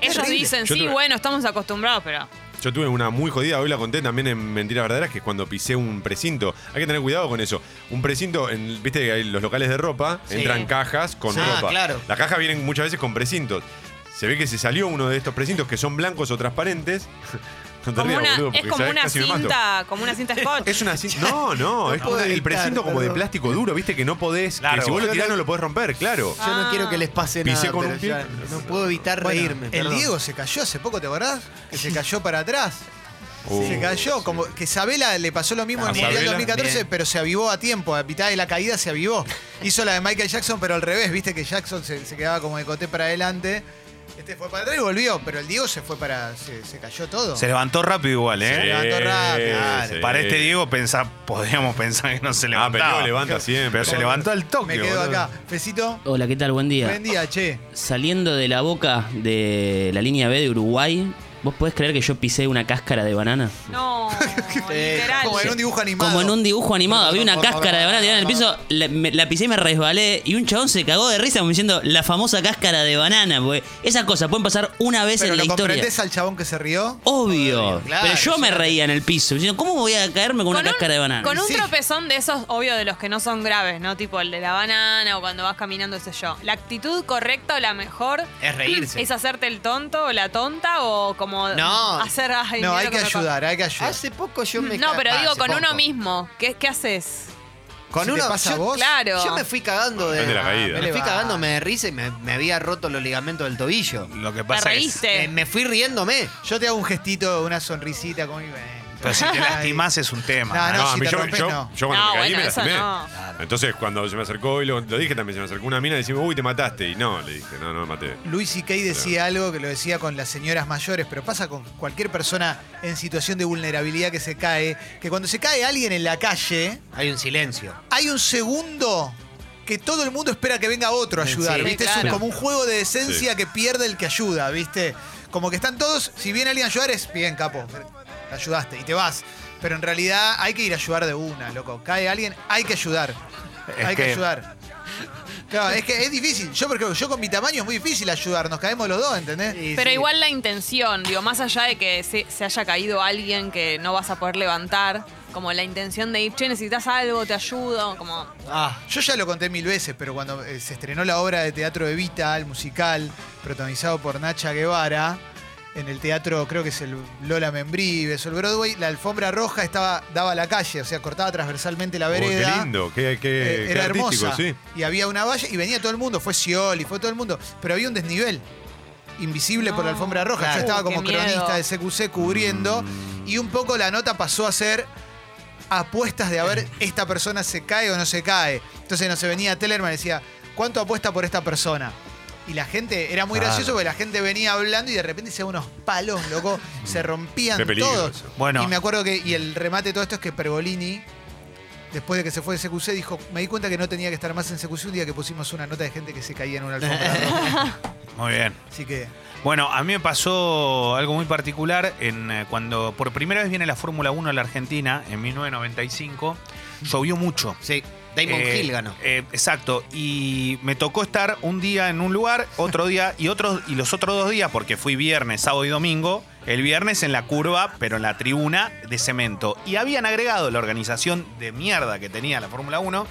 S5: Ellos
S1: terrible.
S5: dicen,
S2: Yo
S5: sí,
S2: tuve-
S5: bueno, estamos acostumbrados, pero...
S2: Yo tuve una muy jodida, hoy la conté también en Mentiras Verdaderas, que es cuando pisé un precinto. Hay que tener cuidado con eso. Un precinto, en, viste que hay los locales de ropa,
S3: Sí.
S2: entran cajas con
S3: Ah,
S2: ropa.
S3: claro.
S2: Las cajas vienen muchas veces con precintos. Se ve que se salió uno de estos precintos que son blancos o transparentes. No te
S5: Como
S2: rías,
S5: una-
S2: boludo,
S5: es
S2: porque
S5: como
S2: sabés,
S5: una
S2: casi me mato.
S5: cinta, como una cinta scotch.
S2: Es una cinta. No, no, es
S3: puedo
S2: una- el
S3: evitar,
S2: precinto como de
S3: perdón.
S2: plástico duro, viste que no podés. Que
S6: Largo.
S2: si vos lo tirás no lo podés romper, claro.
S1: Ah,
S3: Yo no
S5: "Ah".
S3: quiero que les pase
S2: Pisé
S3: nada,
S2: con
S3: pero
S2: un pie.
S3: ya no puedo evitar
S1: Bueno,
S3: reírme.
S1: el
S3: perdón.
S1: Diego se cayó hace poco, ¿te acordás? Que se cayó para atrás.
S2: Oh.
S1: se cayó, como que Sabela le pasó lo mismo
S2: A
S1: en el Mundial
S2: Sabela,
S1: 2014,
S3: bien.
S1: pero se avivó a tiempo, a mitad de la caída se avivó. Hizo la de Michael Jackson, pero al revés, viste que Jackson se, se quedaba como de coté para adelante. Este fue para atrás y volvió, pero el Diego se fue para. Se, se cayó todo.
S6: Se levantó rápido igual, ¿eh?
S1: Se levantó rápido.
S2: Sí, sí.
S6: Para este Diego pensá, podríamos pensar que no se
S2: Ah, pero
S6: levantaba.
S2: Diego levanta siempre.
S6: Pero se levantó al toque.
S1: Me quedo
S6: boludo.
S1: acá. Besito.
S9: Hola, ¿qué tal? Buen día.
S1: Buen día, che.
S9: Saliendo de la boca de la línea B de Uruguay, ¿vos podés creer que yo pisé una cáscara de banana?
S5: No, literal.
S1: Como en un dibujo animado.
S9: Como en un dibujo animado, había una cáscara de banana tirada en el piso, la, me- la pisé y me resbalé y un chabón se cagó de risa como diciendo la famosa cáscara de banana, porque esas cosas pueden pasar una vez
S1: Pero
S9: en la
S1: lo
S9: historia.
S1: comprendés al chabón que se rió.
S9: Obvio,
S3: Claro,
S9: pero yo me reía en el piso, diciendo, ¿cómo voy a caerme con, una
S5: un-
S9: cáscara de banana?
S5: Con un
S1: Sí.
S5: tropezón de esos, obvio, de los que no son graves, ¿no? Tipo el de la banana o cuando vas caminando, qué sé yo. La actitud correcta o la mejor
S3: Es reírse.
S5: es hacerte el tonto o la tonta o como
S3: No.
S5: hacer. ay,
S1: No,
S5: mira
S1: hay
S5: lo
S1: que
S5: me Ah, pa-
S1: ayudar, hay que ayudar.
S3: Hace poco yo me
S5: No,
S3: ca-
S5: pero
S3: bah,
S5: digo
S3: hace
S5: con uno
S3: Ah, poco.
S5: mismo. ¿Qué, qué haces?
S3: Con
S1: ¿Se te
S3: uno
S1: pasa a
S3: yo,
S1: vos?
S5: Claro.
S3: yo me fui cagando de,
S2: Depende de la caída.
S3: Me fui
S1: Va.
S3: cagándome de risa y me, me había roto los ligamentos del tobillo.
S6: Lo que
S5: Te
S6: pasa es.
S5: reíste.
S3: Me, me fui riéndome.
S1: Yo te hago un gestito, una sonrisita como. eh,
S6: Pero si te
S1: ay.
S6: lastimás es un tema.
S1: No,
S2: Ah,
S1: no,
S2: no,
S1: si
S2: a mí
S1: te
S2: yo,
S1: rompes,
S2: yo-
S1: no.
S2: yo cuando
S5: No,
S2: me caí
S5: bueno,
S2: me
S5: eso
S2: lastimé.
S5: no.
S2: Entonces cuando se me acercó y lo, lo dije también, se me acercó una mina y decimos, uy, te mataste. Y no, le dije, no, no me maté.
S1: Luis C.K. decía algo que lo decía con las señoras mayores, pero pasa con cualquier persona en situación de vulnerabilidad que se cae, que cuando se cae alguien en la calle,
S3: Hay un silencio.
S1: hay un segundo que todo el mundo espera que venga otro a ayudar,
S3: Sí,
S1: ¿viste? Es
S5: claro.
S1: un- como un juego de decencia que pierde el que ayuda, ¿viste? Como que están todos, si viene alguien a ayudar es, bien, capo, te ayudaste y te vas. Pero en realidad hay que ir a ayudar de una, loco. Cae alguien, hay que ayudar.
S6: Es
S1: hay que,
S6: que-
S1: ayudar. Claro, es que es difícil. Yo, porque yo con mi tamaño es muy difícil ayudar. Nos caemos los dos, ¿entendés?
S5: Pero igual la intención, digo, más allá de que se, se haya caído alguien que no vas a poder levantar, como la intención de ir, che, necesitas algo, te ayudo, como.
S2: Ah.
S1: Yo ya lo conté mil veces, pero cuando eh, se estrenó la obra de teatro Evita, el musical, protagonizado por Nacha Guevara, en el teatro, creo que es el Lola Membrives o el Broadway, la alfombra roja estaba, daba a la calle, o sea, cortaba transversalmente la
S2: Oh, qué
S1: vereda.
S2: lindo, qué, qué-
S1: Eh,
S2: qué
S1: era
S2: artístico,
S1: hermosa.
S2: sí.
S1: Y había una valla y venía todo el mundo, fue Scioli, fue todo el mundo, pero había un desnivel invisible por la
S5: No,
S1: alfombra roja.
S5: claro.
S1: Yo estaba
S5: Uh,
S1: como
S5: qué miedo.
S1: cronista de CQC cubriendo y un poco la nota pasó a ser apuestas de a ver esta persona se cae o no se cae. Entonces no se venía Tellerman y decía, ¿cuánto apuesta por esta persona? Y la gente, era muy gracioso porque la gente venía hablando y de repente se unos palos, loco, se rompían
S2: Mm. Qué peligro
S1: todos.
S2: eso.
S6: Bueno.
S1: Y me acuerdo que, y el remate de todo esto es que Pergolini, después de que se fue de CQC, dijo, me di cuenta que no tenía que estar más en CQC un día que pusimos una nota de gente que se caía en una alfombra roja.
S6: Muy bien.
S1: Así que,
S6: Bueno, a mí me pasó algo muy particular en, eh, cuando por primera vez viene la Fórmula 1 a la Argentina, en 1995. Llovió mucho.
S3: Sí. Damon
S6: Eh,
S3: Hill ganó.
S6: eh, exacto. Y me tocó estar un día en un lugar, otro día y otros y los otros dos días, porque fui viernes, sábado y domingo. El viernes en la curva, pero en la tribuna de cemento. Y habían agregado la organización de mierda que tenía la Fórmula 1,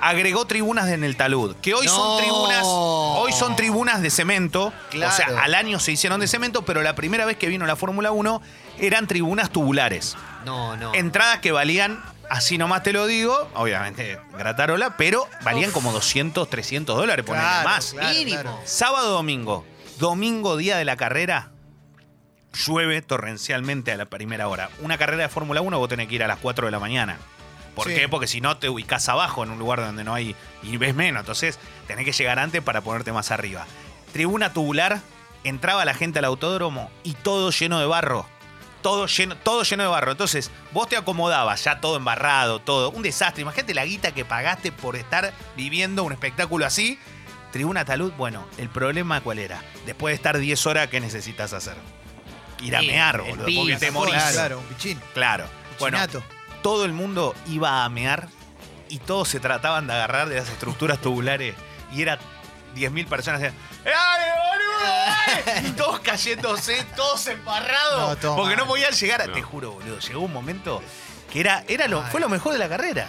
S6: agregó tribunas en el talud, que hoy
S3: No.
S6: son tribunas, hoy son tribunas de cemento.
S3: Claro.
S6: O sea, al año se hicieron de cemento, pero la primera vez que vino la Fórmula 1 eran tribunas tubulares.
S3: No, no.
S6: Entradas que valían, así nomás te lo digo, obviamente gratarola, pero valían como 200, 300 dólares, ponele
S1: Claro,
S6: más.
S1: claro,
S6: Mínimo.
S1: claro.
S6: Sábado, domingo. Domingo, día de la carrera, llueve torrencialmente a la primera hora. Una carrera de Fórmula 1 vos tenés que ir a las 4 de la mañana. ¿Por
S1: Sí.
S6: qué? Porque si no te ubicás abajo en un lugar donde no hay y ves menos. Entonces tenés que llegar antes para ponerte más arriba. Tribuna tubular, entraba la gente al autódromo y todo lleno de barro. Todo lleno, todo lleno de barro. Entonces, vos te acomodabas, ya todo embarrado, todo. Un desastre. Imagínate la guita que pagaste por estar viviendo un espectáculo así. Tribuna Talud, bueno, el problema cuál era. Después de estar 10 horas, ¿qué necesitas hacer? Ir a
S3: Sí,
S6: mear,
S3: el
S6: boludo,
S3: pis,
S6: porque te
S3: esas
S6: morís.
S1: claro,
S3: Mauricio.
S1: claro, un pichín.
S6: Claro. Bueno,
S1: Chinato.
S6: todo el mundo iba a mear y todos se trataban de agarrar de las estructuras tubulares y era 10.000 personas. decían, ¡Dale, boludo! dale!". Y todos cayéndose, todos
S1: No,
S6: emparrados.
S1: todo
S6: porque
S1: mal.
S6: no podían llegar. a-
S2: No.
S6: Te juro, boludo, llegó un momento que era, era lo, fue lo mejor de la carrera.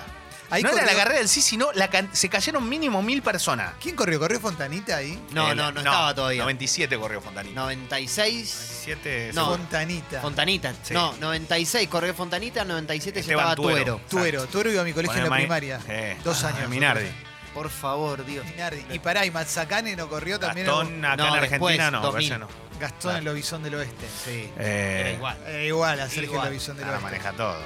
S1: Ahí
S6: no era la
S1: corrió-
S6: carrera del sí, sino la can- se cayeron mínimo mil personas.
S1: ¿Quién corrió? ¿Corrió Fontanita ahí?
S3: no,
S6: El-
S3: no, no estaba todavía.
S6: 97 corrió Fontanini.
S3: 96.
S6: 97
S3: No.
S1: Fontanita.
S3: Fontanita.
S6: Sí.
S3: No, 96 corrió Fontanita, 97
S6: Esteban
S3: ya estaba Tuero.
S6: Tuero.
S1: Tuero. Tuero iba a mi colegio en la
S6: Poneme ahí.
S1: primaria.
S6: Sí.
S1: Dos años.
S6: eh, ah, Minardi.
S3: Por favor, Dios.
S1: Minardi. Y pará, y Mazzacane no corrió también.
S6: Gastón acá
S3: No,
S6: en
S3: después,
S6: Argentina no,
S3: 2000.
S6: parece no.
S1: Gastón el Lobizón del Oeste.
S3: Sí.
S6: Eh,
S3: Era igual.
S1: Eh, igual a Sergio
S3: Igual.
S1: el Lobizón del
S6: ahora
S1: Oeste.
S6: Ah, maneja todo.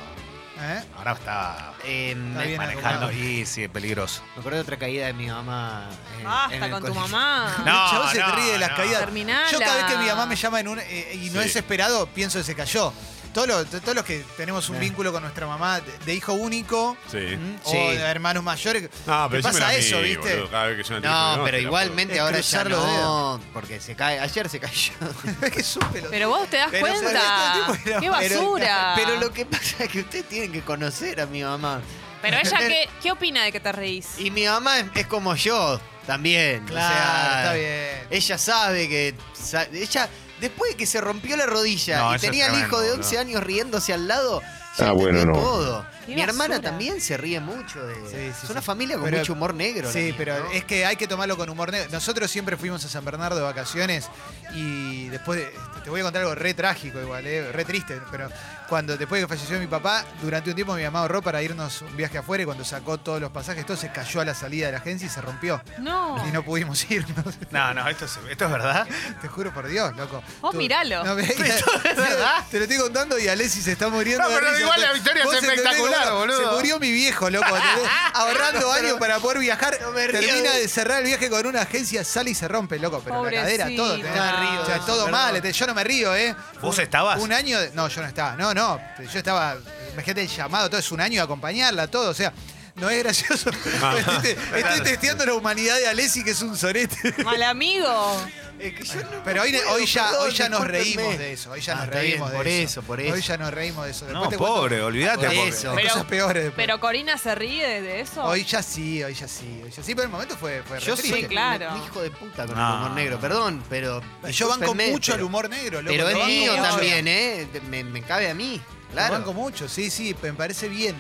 S1: ¿Eh?
S6: Ahora está,
S3: Eh, me,
S1: bien
S6: manejando
S1: acomodado.
S6: y sí, es peligroso.
S3: me acuerdo de otra caída de mi mamá. en- en
S5: Basta
S3: el
S5: con tu
S3: colegio.
S5: mamá.
S6: No,
S1: el chabón se ríe de las
S6: no.
S1: caídas.
S5: Terminala.
S1: Yo cada vez que mi mamá me llama en un, eh, y no es esperado, pienso que se cayó. Todos los, todos los que tenemos un vínculo con nuestra mamá de, de hijo único
S2: Sí.
S1: ¿m?
S3: Sí.
S1: o de hermanos mayores,
S2: Ah,
S1: ¿qué
S2: pero
S1: pasa
S2: decímelo a mí,
S1: eso, viste?
S2: boludo, cada vez que suena el teléfono,
S3: No,
S2: te
S3: pero
S2: la
S3: igualmente
S1: Es
S3: ahora ya
S1: cruzar los
S3: no, porque se cae. Ayer se cayó.
S1: Es que supe lo-
S5: Pero vos te das
S1: Pero,
S5: cuenta.
S1: ¿sabés? Este tipo era-
S5: ¡Qué
S1: pero-
S5: basura!
S3: Pero lo que pasa es que ustedes tienen que conocer a mi mamá.
S5: Pero ella, ¿qué, ¿qué opina de que te reís?
S3: Y mi mamá es, es como yo también. o
S1: Claro,
S3: sea,
S1: está bien.
S3: Ella sabe que. sa- Ella, después de que se rompió la rodilla
S6: No,
S3: y
S6: eso es
S3: tenía al hijo de
S6: tremendo,
S3: 11
S6: ¿no?
S3: años riéndose al lado, ya
S2: Ah, bueno, no.
S3: entendió todo.
S5: Qué
S3: Mi hermana
S5: basura.
S3: también se ríe mucho. de-
S1: Sí, sí,
S3: es una
S1: sí.
S3: familia con
S1: Pero-
S3: mucho humor negro. la
S1: Sí,
S3: mía,
S1: pero
S3: ¿no?
S1: es que hay que tomarlo con humor negro. Nosotros siempre fuimos a San Bernardo de vacaciones y después, de- te voy a contar algo re trágico igual, eh, re triste, pero cuando después de que falleció mi papá, durante un tiempo mi mamá ahorró para irnos un viaje afuera y cuando sacó todos los pasajes, todo se cayó a la salida de la agencia y se rompió.
S5: No.
S1: Y no pudimos irnos.
S6: No, no, esto es, esto es verdad.
S1: Te juro por Dios, loco.
S3: Oh,
S5: Vos
S1: Tú-
S5: miralo.
S1: No, me-
S3: verdad?
S1: Te lo estoy contando y Alessi se está muriendo.
S6: No,
S1: de
S6: pero
S1: risa.
S6: igual la victoria
S1: Vos
S6: es
S1: entendés,
S6: espectacular,
S1: bueno,
S6: boludo.
S1: Se murió mi viejo, loco. ¿entendés? Ahorrando años para poder viajar.
S3: me río
S1: termina
S3: de-
S1: de cerrar el viaje con una agencia, sale y se rompe, loco. Pero la cadera, todo.
S5: Pobrecita.
S1: ¿entendés?
S3: No me río
S1: O
S3: de
S1: sea,
S3: eso,
S1: todo
S3: perdón.
S1: mal. ¿entendés? Yo no me río, ¿eh?
S6: ¿Vos
S1: Un-
S6: estabas?
S1: Un año. de- No, yo no estaba. No, no. Yo estaba. Imagínate el llamado, todo es un año de acompañarla, todo. O sea. No es gracioso.
S6: Ah.
S1: Estoy, estoy testeando la humanidad de Alessi, que es un sorete.
S5: Mal amigo.
S3: Es que yo no-
S1: Pero hoy,
S3: no puedo,
S1: hoy ya,
S3: perdón,
S1: hoy ya nos
S3: discúlpenme.
S1: reímos de eso. Hoy ya
S3: Ah,
S1: nos
S3: está
S1: reímos
S3: bien,
S1: de
S3: por
S1: eso.
S3: eso, por eso.
S1: Hoy ya nos reímos de eso.
S6: No,
S1: Después te cuento
S6: pobre, olvídate.
S3: Por
S6: pobre.
S3: eso.
S1: de cosas peores después.
S5: Pero Corina se ríe de eso.
S1: hoy ya sí, hoy ya sí, hoy ya sí, pero el momento fue, fue re
S3: Yo
S1: triste.
S3: soy
S5: Sí, claro.
S3: un hijo de puta con
S6: No.
S3: el humor negro, perdón, pero.
S1: Y yo banco
S3: discúlpenme,
S1: mucho
S3: pero-
S1: al humor negro, loco,
S3: Pero
S1: lo
S3: es
S1: banco
S3: mío
S1: mucho.
S3: también, ¿eh? Me, me cabe a mí,
S1: Lo
S3: claro.
S1: banco mucho, sí, sí, me parece bien.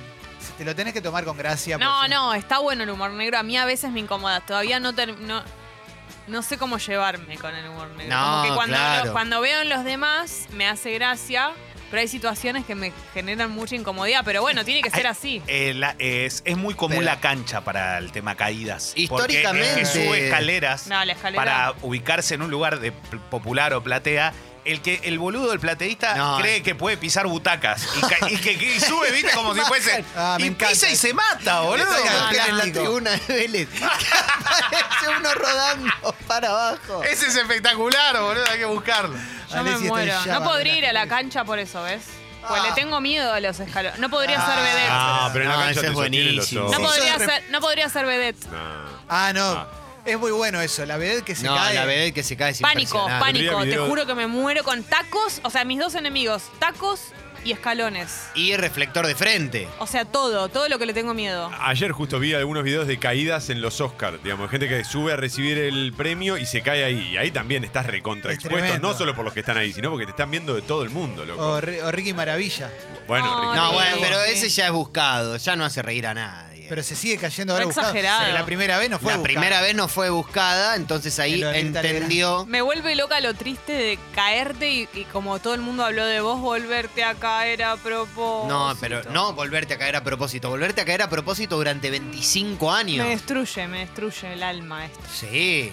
S1: Te lo tenés que tomar con gracia. pues,
S5: No,
S1: porque-
S5: no, está bueno el humor negro. A mí a veces me incomoda. Todavía no ter- no, no sé cómo llevarme con el humor negro.
S3: No,
S5: Como que cuando,
S3: claro.
S5: lo- cuando veo en los demás me hace gracia, pero hay situaciones que me generan mucha incomodidad. Pero bueno, tiene que ser
S6: Ay,
S5: así.
S6: eh, la- es, es muy común
S3: Pero-
S6: la cancha para el tema caídas. porque
S3: Históricamente.
S6: el que sube escaleras
S5: No, la escalera.
S6: para ubicarse en un lugar de p- popular o platea. El que el boludo, el plateísta,
S3: No.
S6: cree que puede pisar butacas. Y, ca- y que, que sube, viste, como si fuese.
S1: Ah, me
S6: y
S1: encanta.
S6: pisa y se mata, boludo.
S3: Esa
S5: No,
S3: imagen en la
S1: no.
S3: tribuna de Vélez. que aparece uno rodando para abajo.
S6: Ese es espectacular, boludo. Hay que buscarlo.
S5: Yo
S1: Alessi
S5: me
S1: está en
S5: muero.
S1: llamas,
S5: No podría ir a la
S1: mira.
S5: cancha por eso, ¿ves? Pues
S3: Ah.
S5: le tengo miedo a los escalones. No podría
S3: Ah.
S5: ser vedette.
S2: Ah, pero en la
S3: No,
S2: cancha
S3: ese
S2: te
S3: es
S2: sostienen los
S3: buenísimo.
S2: ojos.
S5: No
S1: Sí,
S5: podría,
S1: yo de
S5: ser, no podría ser vedette.
S2: No.
S1: Ah, no.
S2: Ah.
S1: Es muy bueno eso, la verdad que se
S3: No,
S1: cae.
S3: la verdad que se cae es
S5: Pánico,
S3: impresionante.
S5: pánico.
S2: Tendría
S5: Te
S2: video-
S5: juro que me muero con tacos. O sea, mis dos enemigos, tacos y escalones.
S3: Y reflector de frente.
S5: O sea, todo, todo lo que le tengo miedo.
S2: Ayer justo vi algunos videos de caídas en los Oscars, digamos, gente que sube a recibir el premio y se cae ahí. Y ahí también estás recontra
S1: Es
S2: expuesto,
S1: tremendo. Oh.
S2: no solo por los que están ahí, sino porque te están viendo de todo el mundo, loco.
S1: O, Ri- o Ricky Maravilla.
S2: Bueno,
S5: No,
S2: Ricky.
S3: No,
S5: Sí.
S3: bueno, pero ese
S5: Sí.
S3: ya es buscado. Ya no hace reír a nadie.
S1: Pero se sigue cayendo ahora
S5: Fue
S1: buscado.
S5: exagerado.
S1: Pero La primera vez no fue
S3: la
S1: buscado.
S3: primera vez no fue buscada, entonces ahí
S1: Pero en Italia-
S3: entendió.
S5: Me vuelve loca lo triste de caerte y, y como todo el mundo habló de vos, volverte a caer a propósito.
S3: No, pero no volverte a caer a propósito. Volverte a caer a propósito durante 25
S5: Me
S3: años.
S5: destruye, me destruye el alma esto.
S3: Sí.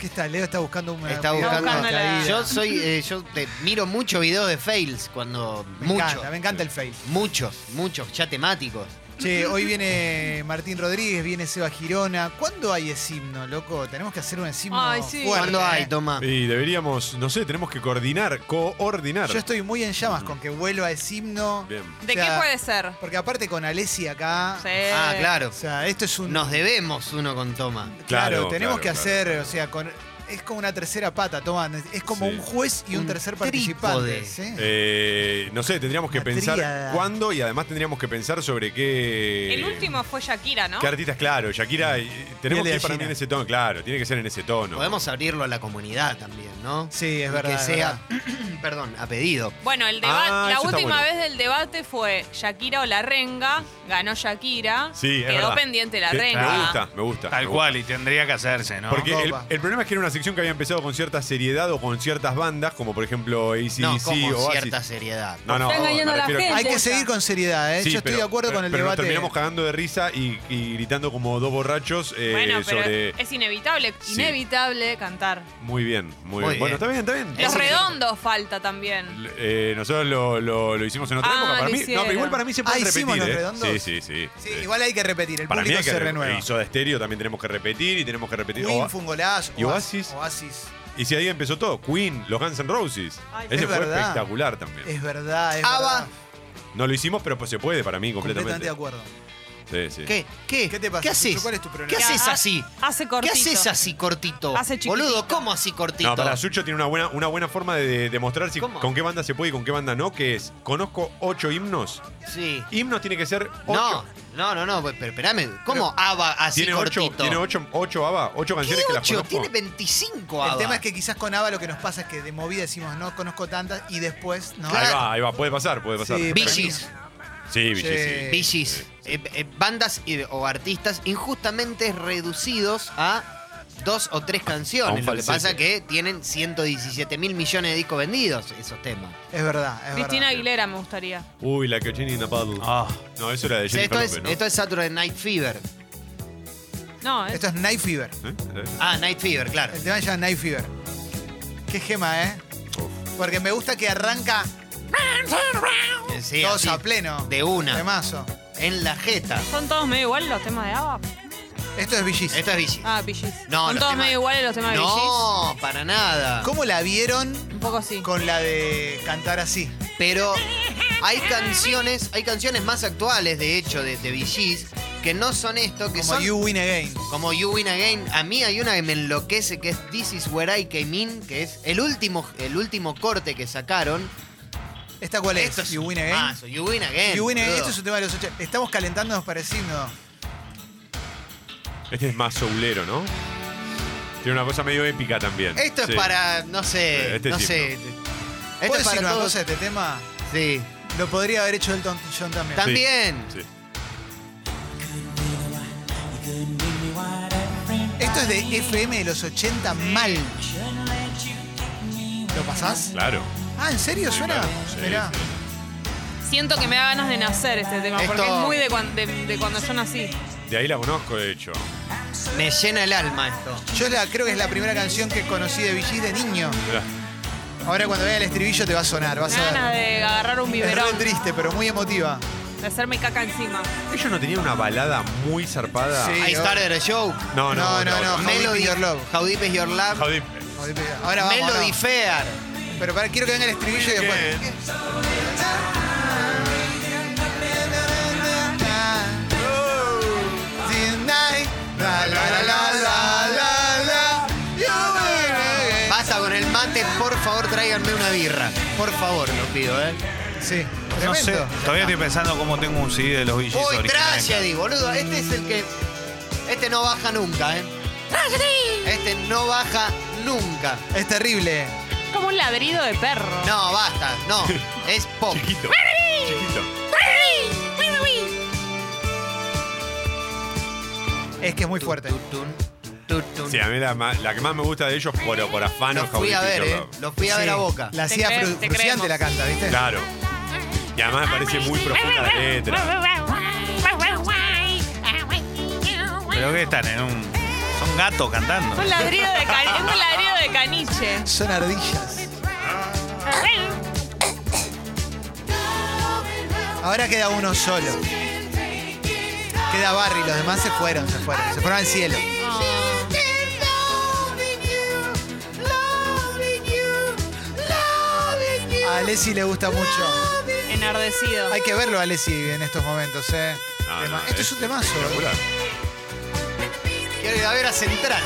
S1: ¿Qué está? Leo está buscando una
S3: Está
S1: una
S3: buscando.
S5: buscando la-
S1: caída.
S3: Yo soy, eh, yo te miro mucho videos de fails cuando
S1: Me
S3: mucho,
S1: encanta, me encanta el fail.
S3: muchos, muchos, ya temáticos.
S1: Che, hoy viene Martín Rodríguez, viene Seba Girona. ¿Cuándo hay ese himno, loco? Tenemos que hacer un himno
S5: Ay, sí.
S1: fuerte,
S3: ¿Cuándo
S1: eh.
S3: hay, toma?
S2: Y deberíamos, no sé, tenemos que coordinar, coordinar.
S1: Yo estoy muy en llamas con que vuelva ese himno.
S2: Bien.
S5: ¿De
S1: O sea,
S5: qué puede ser?
S1: Porque aparte con Alessi acá.
S5: Sí.
S3: Ah, claro.
S1: O sea, esto es un.
S3: Nos debemos uno con toma.
S1: claro,
S2: Claro,
S1: tenemos
S2: claro,
S1: que
S2: claro.
S1: hacer, o sea, con. Es como una tercera pata, toma. Es como
S2: Sí.
S1: un juez y un,
S3: Un
S1: tercer
S3: trípode.
S1: participante. ¿sí?
S2: Eh, no sé, tendríamos que
S1: Una
S2: pensar
S1: tríada.
S2: cuándo y además tendríamos que pensar sobre qué.
S5: El último fue Shakira, ¿no?
S2: ¿Qué artistas? Claro, Shakira, eh, tenemos
S1: Miel de
S2: que ir para mí
S1: gallina.
S2: en ese tono, claro, tiene que ser en ese tono.
S3: Podemos abrirlo a la comunidad también, ¿no?
S1: Sí, es
S3: Y
S1: verdad,
S3: Que
S1: es
S3: sea, perdón, a pedido.
S5: Bueno, el debate,
S2: Ah,
S5: la
S2: eso está
S5: última
S2: bueno.
S5: vez del debate fue Shakira o la renga, ganó Shakira,
S2: Sí, es
S5: quedó
S2: verdad.
S5: pendiente la
S2: Sí,
S5: renga.
S2: Me gusta, me gusta. me
S6: Tal
S2: gusta.
S6: cual, y tendría que hacerse, ¿no?
S2: Porque el,
S1: Copa.
S2: el problema es que era una sección que había empezado con cierta seriedad o con ciertas bandas, como por ejemplo ACDC
S3: No, como
S2: o Oasis.
S3: cierta seriedad.
S2: No, no,
S5: Está
S2: me
S5: engañando a la
S2: refiero-
S5: gente.
S1: Hay que seguir con seriedad, ¿eh?
S2: Sí,
S1: Yo estoy
S2: pero-
S1: de acuerdo con el
S2: pero
S1: debate.
S2: Nos terminamos cagando de risa y, y gritando como dos borrachos eh,
S5: bueno, pero
S2: sobre.
S5: es inevitable,
S2: Sí.
S5: inevitable cantar.
S2: Muy bien, muy,
S3: Muy
S2: bien. Bueno,
S3: bien.
S2: está bien, está bien.
S5: Los
S3: Es-
S5: redondos falta también.
S2: Eh, nosotros lo, lo- lo hicimos en otra
S5: Ah,
S2: época. Para
S5: lo
S2: mí, no,
S5: hicieron.
S2: pero igual para mí se
S1: Ah,
S2: puede
S1: ¿hicimos
S2: repetir.
S1: los
S2: eh.
S1: redondos?
S2: Sí, sí, sí.
S1: Sí,
S2: Eh,
S1: igual hay que repetir. El
S2: para mí
S1: público
S2: hay que
S1: se
S2: re-
S1: renueva.
S2: Y Soda Stereo también tenemos que repetir y tenemos que repetir.
S1: Queen
S2: Oa-
S1: fue un golazo.
S2: y
S1: Oas-
S2: Oasis.
S1: Oasis.
S2: y si ahí empezó todo, Queen, los Guns N' Roses.
S5: Ay,
S2: Ese
S1: es
S2: fue
S1: verdad.
S2: espectacular también.
S1: Es verdad, es
S3: Abba.
S1: verdad.
S2: No lo hicimos, pero pues se puede para mí
S1: Completamente
S2: completamente.
S1: de acuerdo.
S2: Sí, sí.
S3: ¿Qué? ¿Qué?
S1: ¿Qué te pasa,
S3: ¿Qué
S1: Sucho?
S3: haces?
S1: ¿Cuál es tu problema? Ah,
S3: ¿Qué
S5: Que
S3: haces
S5: ha-
S3: así?
S5: Hace
S3: ¿Qué
S5: cortito.
S3: haces así cortito?
S5: Hace chiquitito.
S3: Boludo, ¿cómo así cortito?
S2: No, para Sucho tiene una buena, una buena forma de demostrar si,
S3: ¿Cómo?
S2: con qué banda se puede y con qué banda no, que es, conozco ocho himnos.
S3: Sí.
S2: Himnos tiene que ser
S3: No,
S2: ocho.
S3: no, no, no, pero espérame. ¿Cómo ABBA así
S2: tiene ocho,
S3: cortito?
S2: tiene ocho, ocho ABBA, ocho
S3: ¿Qué
S2: canciones que las
S3: ocho?
S2: conozco.
S3: Tiene 25
S1: El
S3: ABBA.
S1: tema es que quizás con Ava lo que nos pasa es que de movida decimos no conozco tantas y después no.
S2: Ahí va, ahí va, puede pasar, puede pasar.
S1: Sí,
S2: Perfecto.
S3: Bichis,
S2: Sí, Bichis, sí.
S1: Sí.
S3: bichis, eh, eh, bandas y- o artistas injustamente reducidos a dos o tres
S2: A un
S3: canciones. Lo que
S2: falsete.
S3: pasa que tienen 117 mil millones de discos vendidos esos temas.
S1: Es verdad, es
S5: Cristina
S1: verdad.
S5: Aguilera me gustaría.
S2: Uy, la que Jenny in a Puddle.
S6: Ah.
S2: No, eso era de Jenny
S3: esto,
S2: López,
S3: es,
S2: ¿no?
S3: esto es Saturday Night Fever.
S5: No, ¿eh?
S1: Esto es Night Fever.
S2: ¿Eh?
S3: Ah, Night Fever, claro.
S1: El tema se llama Night Fever. Qué gema, ¿eh? Porque me gusta que arranca
S3: Eh, sí,
S1: todos
S3: así,
S1: a pleno.
S3: De una.
S1: Temazo.
S3: En la jeta.
S5: ¿Son todos medio iguales los temas de ABBA?
S1: Esto es bellísimo.
S3: Esto es bichis.
S5: Ah, Pillis.
S3: No,
S5: ¿Son
S3: los
S5: todos
S3: temas-
S5: medio iguales los temas de Pillis?
S3: No, para nada.
S1: ¿Cómo la vieron
S5: Un poco sí.
S1: con la de cantar así?
S3: Pero hay canciones, hay canciones más actuales, de hecho, de, de VGs, que no son esto, que
S1: Como
S3: son
S1: You Win Again.
S3: como You Win Again. A mí hay una que me enloquece, que es This Is Where I Came In, que es el último, el último corte que sacaron.
S1: ¿Esta cuál es?
S3: Esto es
S1: you
S3: un
S1: Win Again.
S3: temazo, You Win Again.
S1: you Win Again.
S3: boludo.
S1: Esto es un tema de los 80. Estamos calentándonos para el signo.
S2: Este es más soulero, ¿no? Tiene una cosa medio épica también.
S3: Esto es
S2: Sí.
S3: para, no
S2: Eh,
S3: sé,
S2: este
S3: no
S2: sí,
S3: sé. Esto
S1: ¿Puedo
S3: es
S1: decir
S3: para
S1: una
S3: todos.
S1: cosa de este tema?
S3: Sí.
S1: Lo podría haber hecho Elton John también.
S3: También.
S2: Sí.
S1: Esto es de FM de los 80 mal. ¿Lo pasás?
S2: Claro.
S1: Ah, ¿en serio suena?
S2: Sí,
S1: Esperá.
S2: sí.
S5: Siento que me da ganas de nacer este tema, porque
S3: Esto-
S5: es muy de, cuan- de- de cuando yo nací.
S2: De ahí la conozco, de hecho.
S3: Me llena el alma esto.
S1: Yo la, creo que es la primera canción que conocí de Vigis de niño.
S2: Mirá.
S1: Ahora cuando vea el estribillo te va a sonar, vas
S5: Me da
S1: a
S5: ganas
S1: ver.
S5: de agarrar un
S1: Es re
S5: biberón,
S1: triste, pero muy emotiva.
S5: de hacerme caca encima.
S2: Ellos no tenían una balada muy zarpada.
S1: Sí.
S3: I started a show.
S2: No,
S1: No,
S2: no,
S1: no, no. How Deep
S3: Melody
S1: Is Your Love.
S3: How Deep Is Your Love.
S2: Jodí.
S1: Ahora vamos.
S3: Melody
S1: no.
S3: Fair.
S1: Pero para, quiero que venga el estribillo y después. Tonight, la, la, la, la, la, la, la, you will again.
S3: Basta con el mate, por favor tráiganme una birra. Por favor, lo pido, ¿eh?
S1: Sí,
S6: No sé,
S1: tremendo.
S6: todavía estoy pensando cómo tengo un CD de los Billys
S3: Uy, Tragedy, boludo. Este es el que. Este no baja nunca, ¿eh? Este no baja nunca.
S1: Es terrible.
S5: Como un ladrido de perro.
S3: No, basta, no. Es pop.
S2: Chiquito. Chiquito.
S1: Es que es muy fuerte.
S3: Tutun, tutun.
S2: Sí, a mí la, ma- la que más me gusta de ellos por, por afano
S3: Los fui a ver, ¿eh? Los fui a ver
S1: Sí,
S3: a boca.
S1: La
S5: Te
S1: hacía
S5: cre-
S1: fru-
S5: te
S1: frustrante
S5: creemos.
S1: la canta, ¿viste?
S2: Claro. Y además me parece muy profunda la letra.
S6: Pero que están en un. Son gatos cantando.
S5: Un ladrido de ca- es un ladrido de caniche.
S1: Son ardillas. Ahora queda uno solo. Queda Barry, los demás se fueron, se fueron. Se fueron al cielo. A Alessi le gusta mucho.
S5: Enardecido.
S1: Hay que verlo a Alessi en estos momentos, ¿eh?
S2: No,
S1: Tema-
S2: no,
S1: Esto es
S2: es
S1: un temazo.
S2: espectacular.
S3: Quiero ir a ver a Central.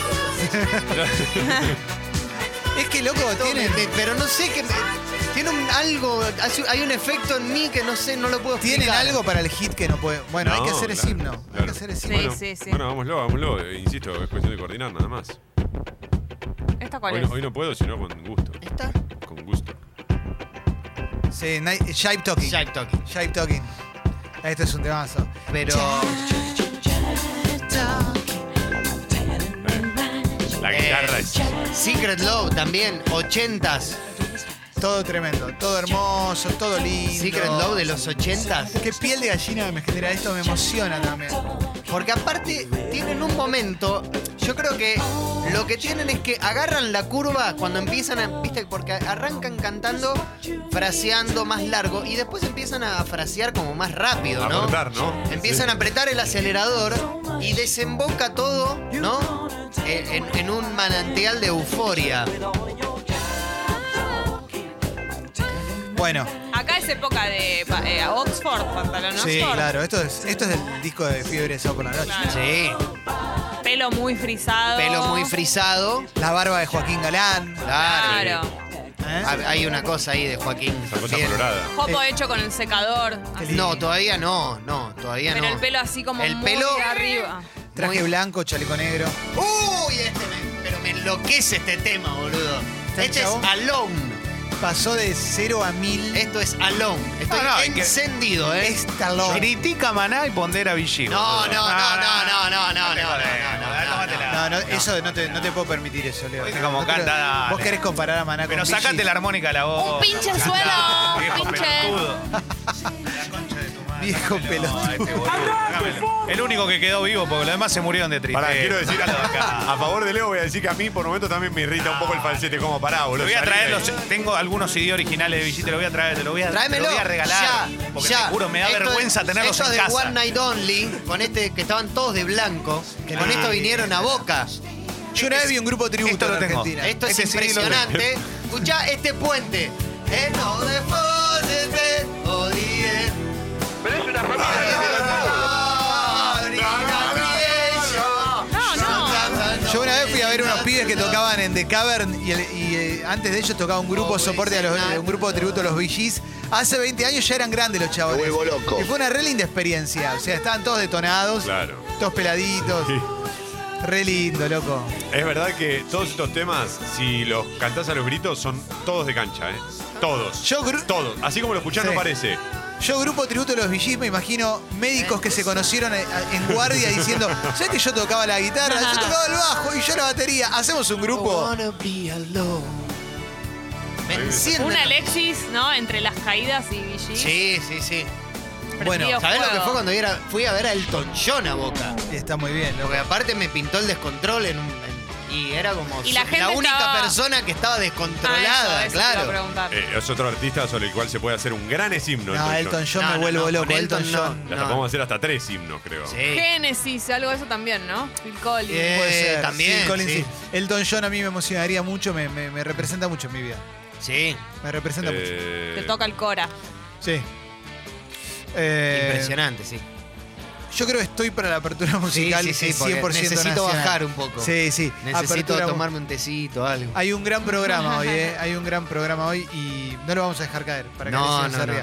S1: Es que, loco, tienen,
S3: Tiene- pero no sé qué. me- Tiene un algo. hace- Hay un efecto en mí que no sé, no lo puedo explicar.
S1: tienen algo para el hit que no puede. Bueno, hay que
S2: No,
S1: hacer ese
S2: claro,
S1: himno. Hay que
S2: claro.
S1: hacer ese himno.
S2: Bueno,
S5: sí, sí.
S2: Bueno, vámonoslo, vámonoslo. Eh, Insisto, es cuestión de coordinar nada más.
S5: ¿Esta cuál
S2: Hoy
S5: es?
S2: no, hoy no puedo, sino con gusto.
S3: ¿Esta?
S2: Con gusto.
S1: Sí, Night- Jive Talking.
S3: Jive Talking.
S1: Jive Talking. Este es un temazo.
S3: Pero. Eh,
S2: La guitarra es.
S3: Secret Love también, 80s.
S1: Todo tremendo, todo hermoso, todo lindo.
S3: Secret Love de los 80s.
S1: Qué piel de gallina me genera esto, me emociona también.
S3: Porque aparte tienen un momento, yo creo que lo que tienen es que agarran la curva cuando empiezan a, viste, porque arrancan cantando, fraseando más largo y después empiezan a frasear como más rápido, ¿no?
S2: Apretar, ¿no?
S3: Empiezan a apretar el acelerador y desemboca todo, ¿no? En, en- en un manantial de euforia.
S1: Bueno,
S5: Acá es época de pa- eh, Oxford, pantalón
S1: sí,
S5: Oxford.
S1: claro, esto es, esto es del disco de Fiebre de Sábado por la Noche.
S5: Claro.
S3: Sí,
S5: Pelo muy frisado.
S3: pelo muy frisado.
S1: La barba de Joaquín Galán.
S3: Claro.
S5: Claro.
S1: ¿eh?
S3: Hab- Ah, Hay una cosa ahí de Joaquín.
S2: Esa cosa
S3: también.
S2: colorada.
S5: Jopo
S3: Eh,
S5: hecho con el secador. así.
S3: No, todavía no, no, todavía
S5: Ah, Pero
S3: no.
S5: el pelo así como
S3: El
S5: muy
S3: pelo-
S5: arriba.
S1: Traje
S3: Muy-
S1: blanco, chaleco negro.
S3: Uy, este me, pero me enloquece este tema, boludo.
S1: ¿Está
S3: Este es
S1: chabón?
S3: Alone.
S1: Pasó de 0 a 1000.
S3: Esto es Alone. Estoy
S6: Ah, No, no, hay que-
S3: encendido, ¿eh?
S1: Estalón.
S6: Critica a Maná y pondera a Vichy.
S3: No,
S6: boludo.
S3: no, no,
S6: Ah.
S3: no, no, no, no, no, no, no, no, no.
S1: No, no, eso no te, no te puedo permitir eso, Leo.
S6: Oíste cómo
S1: No te lo-
S6: canta, dale.
S1: Vos querés comparar a Maná
S6: Pero
S1: con Vichy?
S6: sacate la armónica a la voz.
S5: Un pinche
S6: Andá,
S5: suelo,
S6: viejo
S5: pinche.
S6: pelotudo. La concha de tu madre,
S1: Viejo
S6: dámelo,
S1: pelotudo.
S6: este boludo, dámelo. El único que quedó vivo, porque los demás se murieron de tristeza.
S2: Pará, quiero decir,
S6: Sácalo de acá.
S2: a favor de Leo voy a decir que a mí por momentos también me irrita un poco el falsete. Como pará,
S6: Te
S2: boludo.
S6: voy a
S2: salí
S6: traer
S2: de ahí.
S6: los. Tengo algunos CD originales de Vichy, te lo voy a traer, te lo voy a, te lo
S3: Tráemelo.
S6: voy a regalar.
S3: Ya,
S6: porque
S3: ya.
S6: te juro, me da
S3: Esto es-
S6: vergüenza tenerlos
S3: esto
S6: en
S3: de
S6: casa.
S3: One Night Only, con este que estaban todos de blanco, que con esto vinieron a Boca.
S1: Yo una vez vi un grupo tributo
S6: este Esto lo
S1: en
S6: tengo.
S1: Argentina.
S3: Esto es
S6: Este sí lo
S3: impresionante. Escuchá este puente. Eh, no de fósete, odie.
S7: Pero es una familia.
S5: No, no.
S1: Yo una vez fui a ver unos pibes que tocaban en The Cavern y, el- y, eh, antes de ellos tocaba un grupo soporte a los, eh, un grupo de tributo a los VGs. Hace 20 años ya eran grandes los chavales.
S10: Me vuelvo loco.
S1: Y fue una re linda experiencia. O sea, estaban todos detonados,
S2: Claro.
S1: todos peladitos.
S2: Sí.
S1: Re lindo, loco.
S2: Es verdad que todos estos temas, si los cantás a los gritos, son todos de cancha, ¿eh? Todos.
S1: Yo gru-
S2: Todos. Así como lo escuchás,
S1: Sí.
S2: no parece.
S1: Yo, grupo tributo a los VGs, me imagino médicos que se conocieron eh, en guardia diciendo, ¿sabes que yo tocaba la guitarra? Yo tocaba el bajo y yo la batería. Hacemos un grupo.
S3: Me encienden.
S5: Un Alexis, ¿no? Entre las caídas y Vichy.
S3: Sí, sí, sí.
S1: Bueno,
S5: Prendido
S3: ¿Sabés lo que
S5: fuego.
S3: fue cuando viera- fui a ver a Elton John a Boca?
S1: Está muy bien, loco.
S3: Porque aparte me pintó el descontrol en un. en- y era como
S5: Y la gente
S3: única
S5: estaba-
S3: persona que estaba
S5: Ah, eso,
S3: descontrolada,
S5: eso te iba a
S3: claro.
S5: preguntar.
S2: Eh, es otro artista sobre el cual se puede hacer un gran es himno.
S1: No, Elton John me
S3: No, no,
S1: vuelvo
S3: no,
S1: loco.
S3: con
S1: Elton,
S3: Elton no.
S1: John.
S2: Hasta podemos hacer hasta tres himnos, creo.
S3: Sí.
S5: Génesis, algo de eso también, ¿no? Phil Collins.
S3: Eh,
S1: Puede ser.
S3: también,
S1: Sí, Collins,
S3: sí.
S1: sí. Elton John a mí me emocionaría mucho, me, me- me representa mucho en mi vida.
S3: Sí,
S1: Me representa mucho.
S2: Eh,
S5: Te toca el Cora.
S1: Sí. Eh,
S3: impresionante, sí.
S1: Yo creo que estoy para la apertura musical
S3: sí, sí,
S1: que es
S3: porque
S1: 100%
S3: necesito
S1: nacional.
S3: bajar un poco.
S1: Sí, sí.
S3: Necesito
S1: Apertura mu-
S3: tomarme un tecito, algo.
S1: Hay un gran programa hoy, ¿eh? Hay un gran programa hoy y no lo vamos a dejar caer para que
S3: No,
S1: les
S3: no, no.
S1: arriba.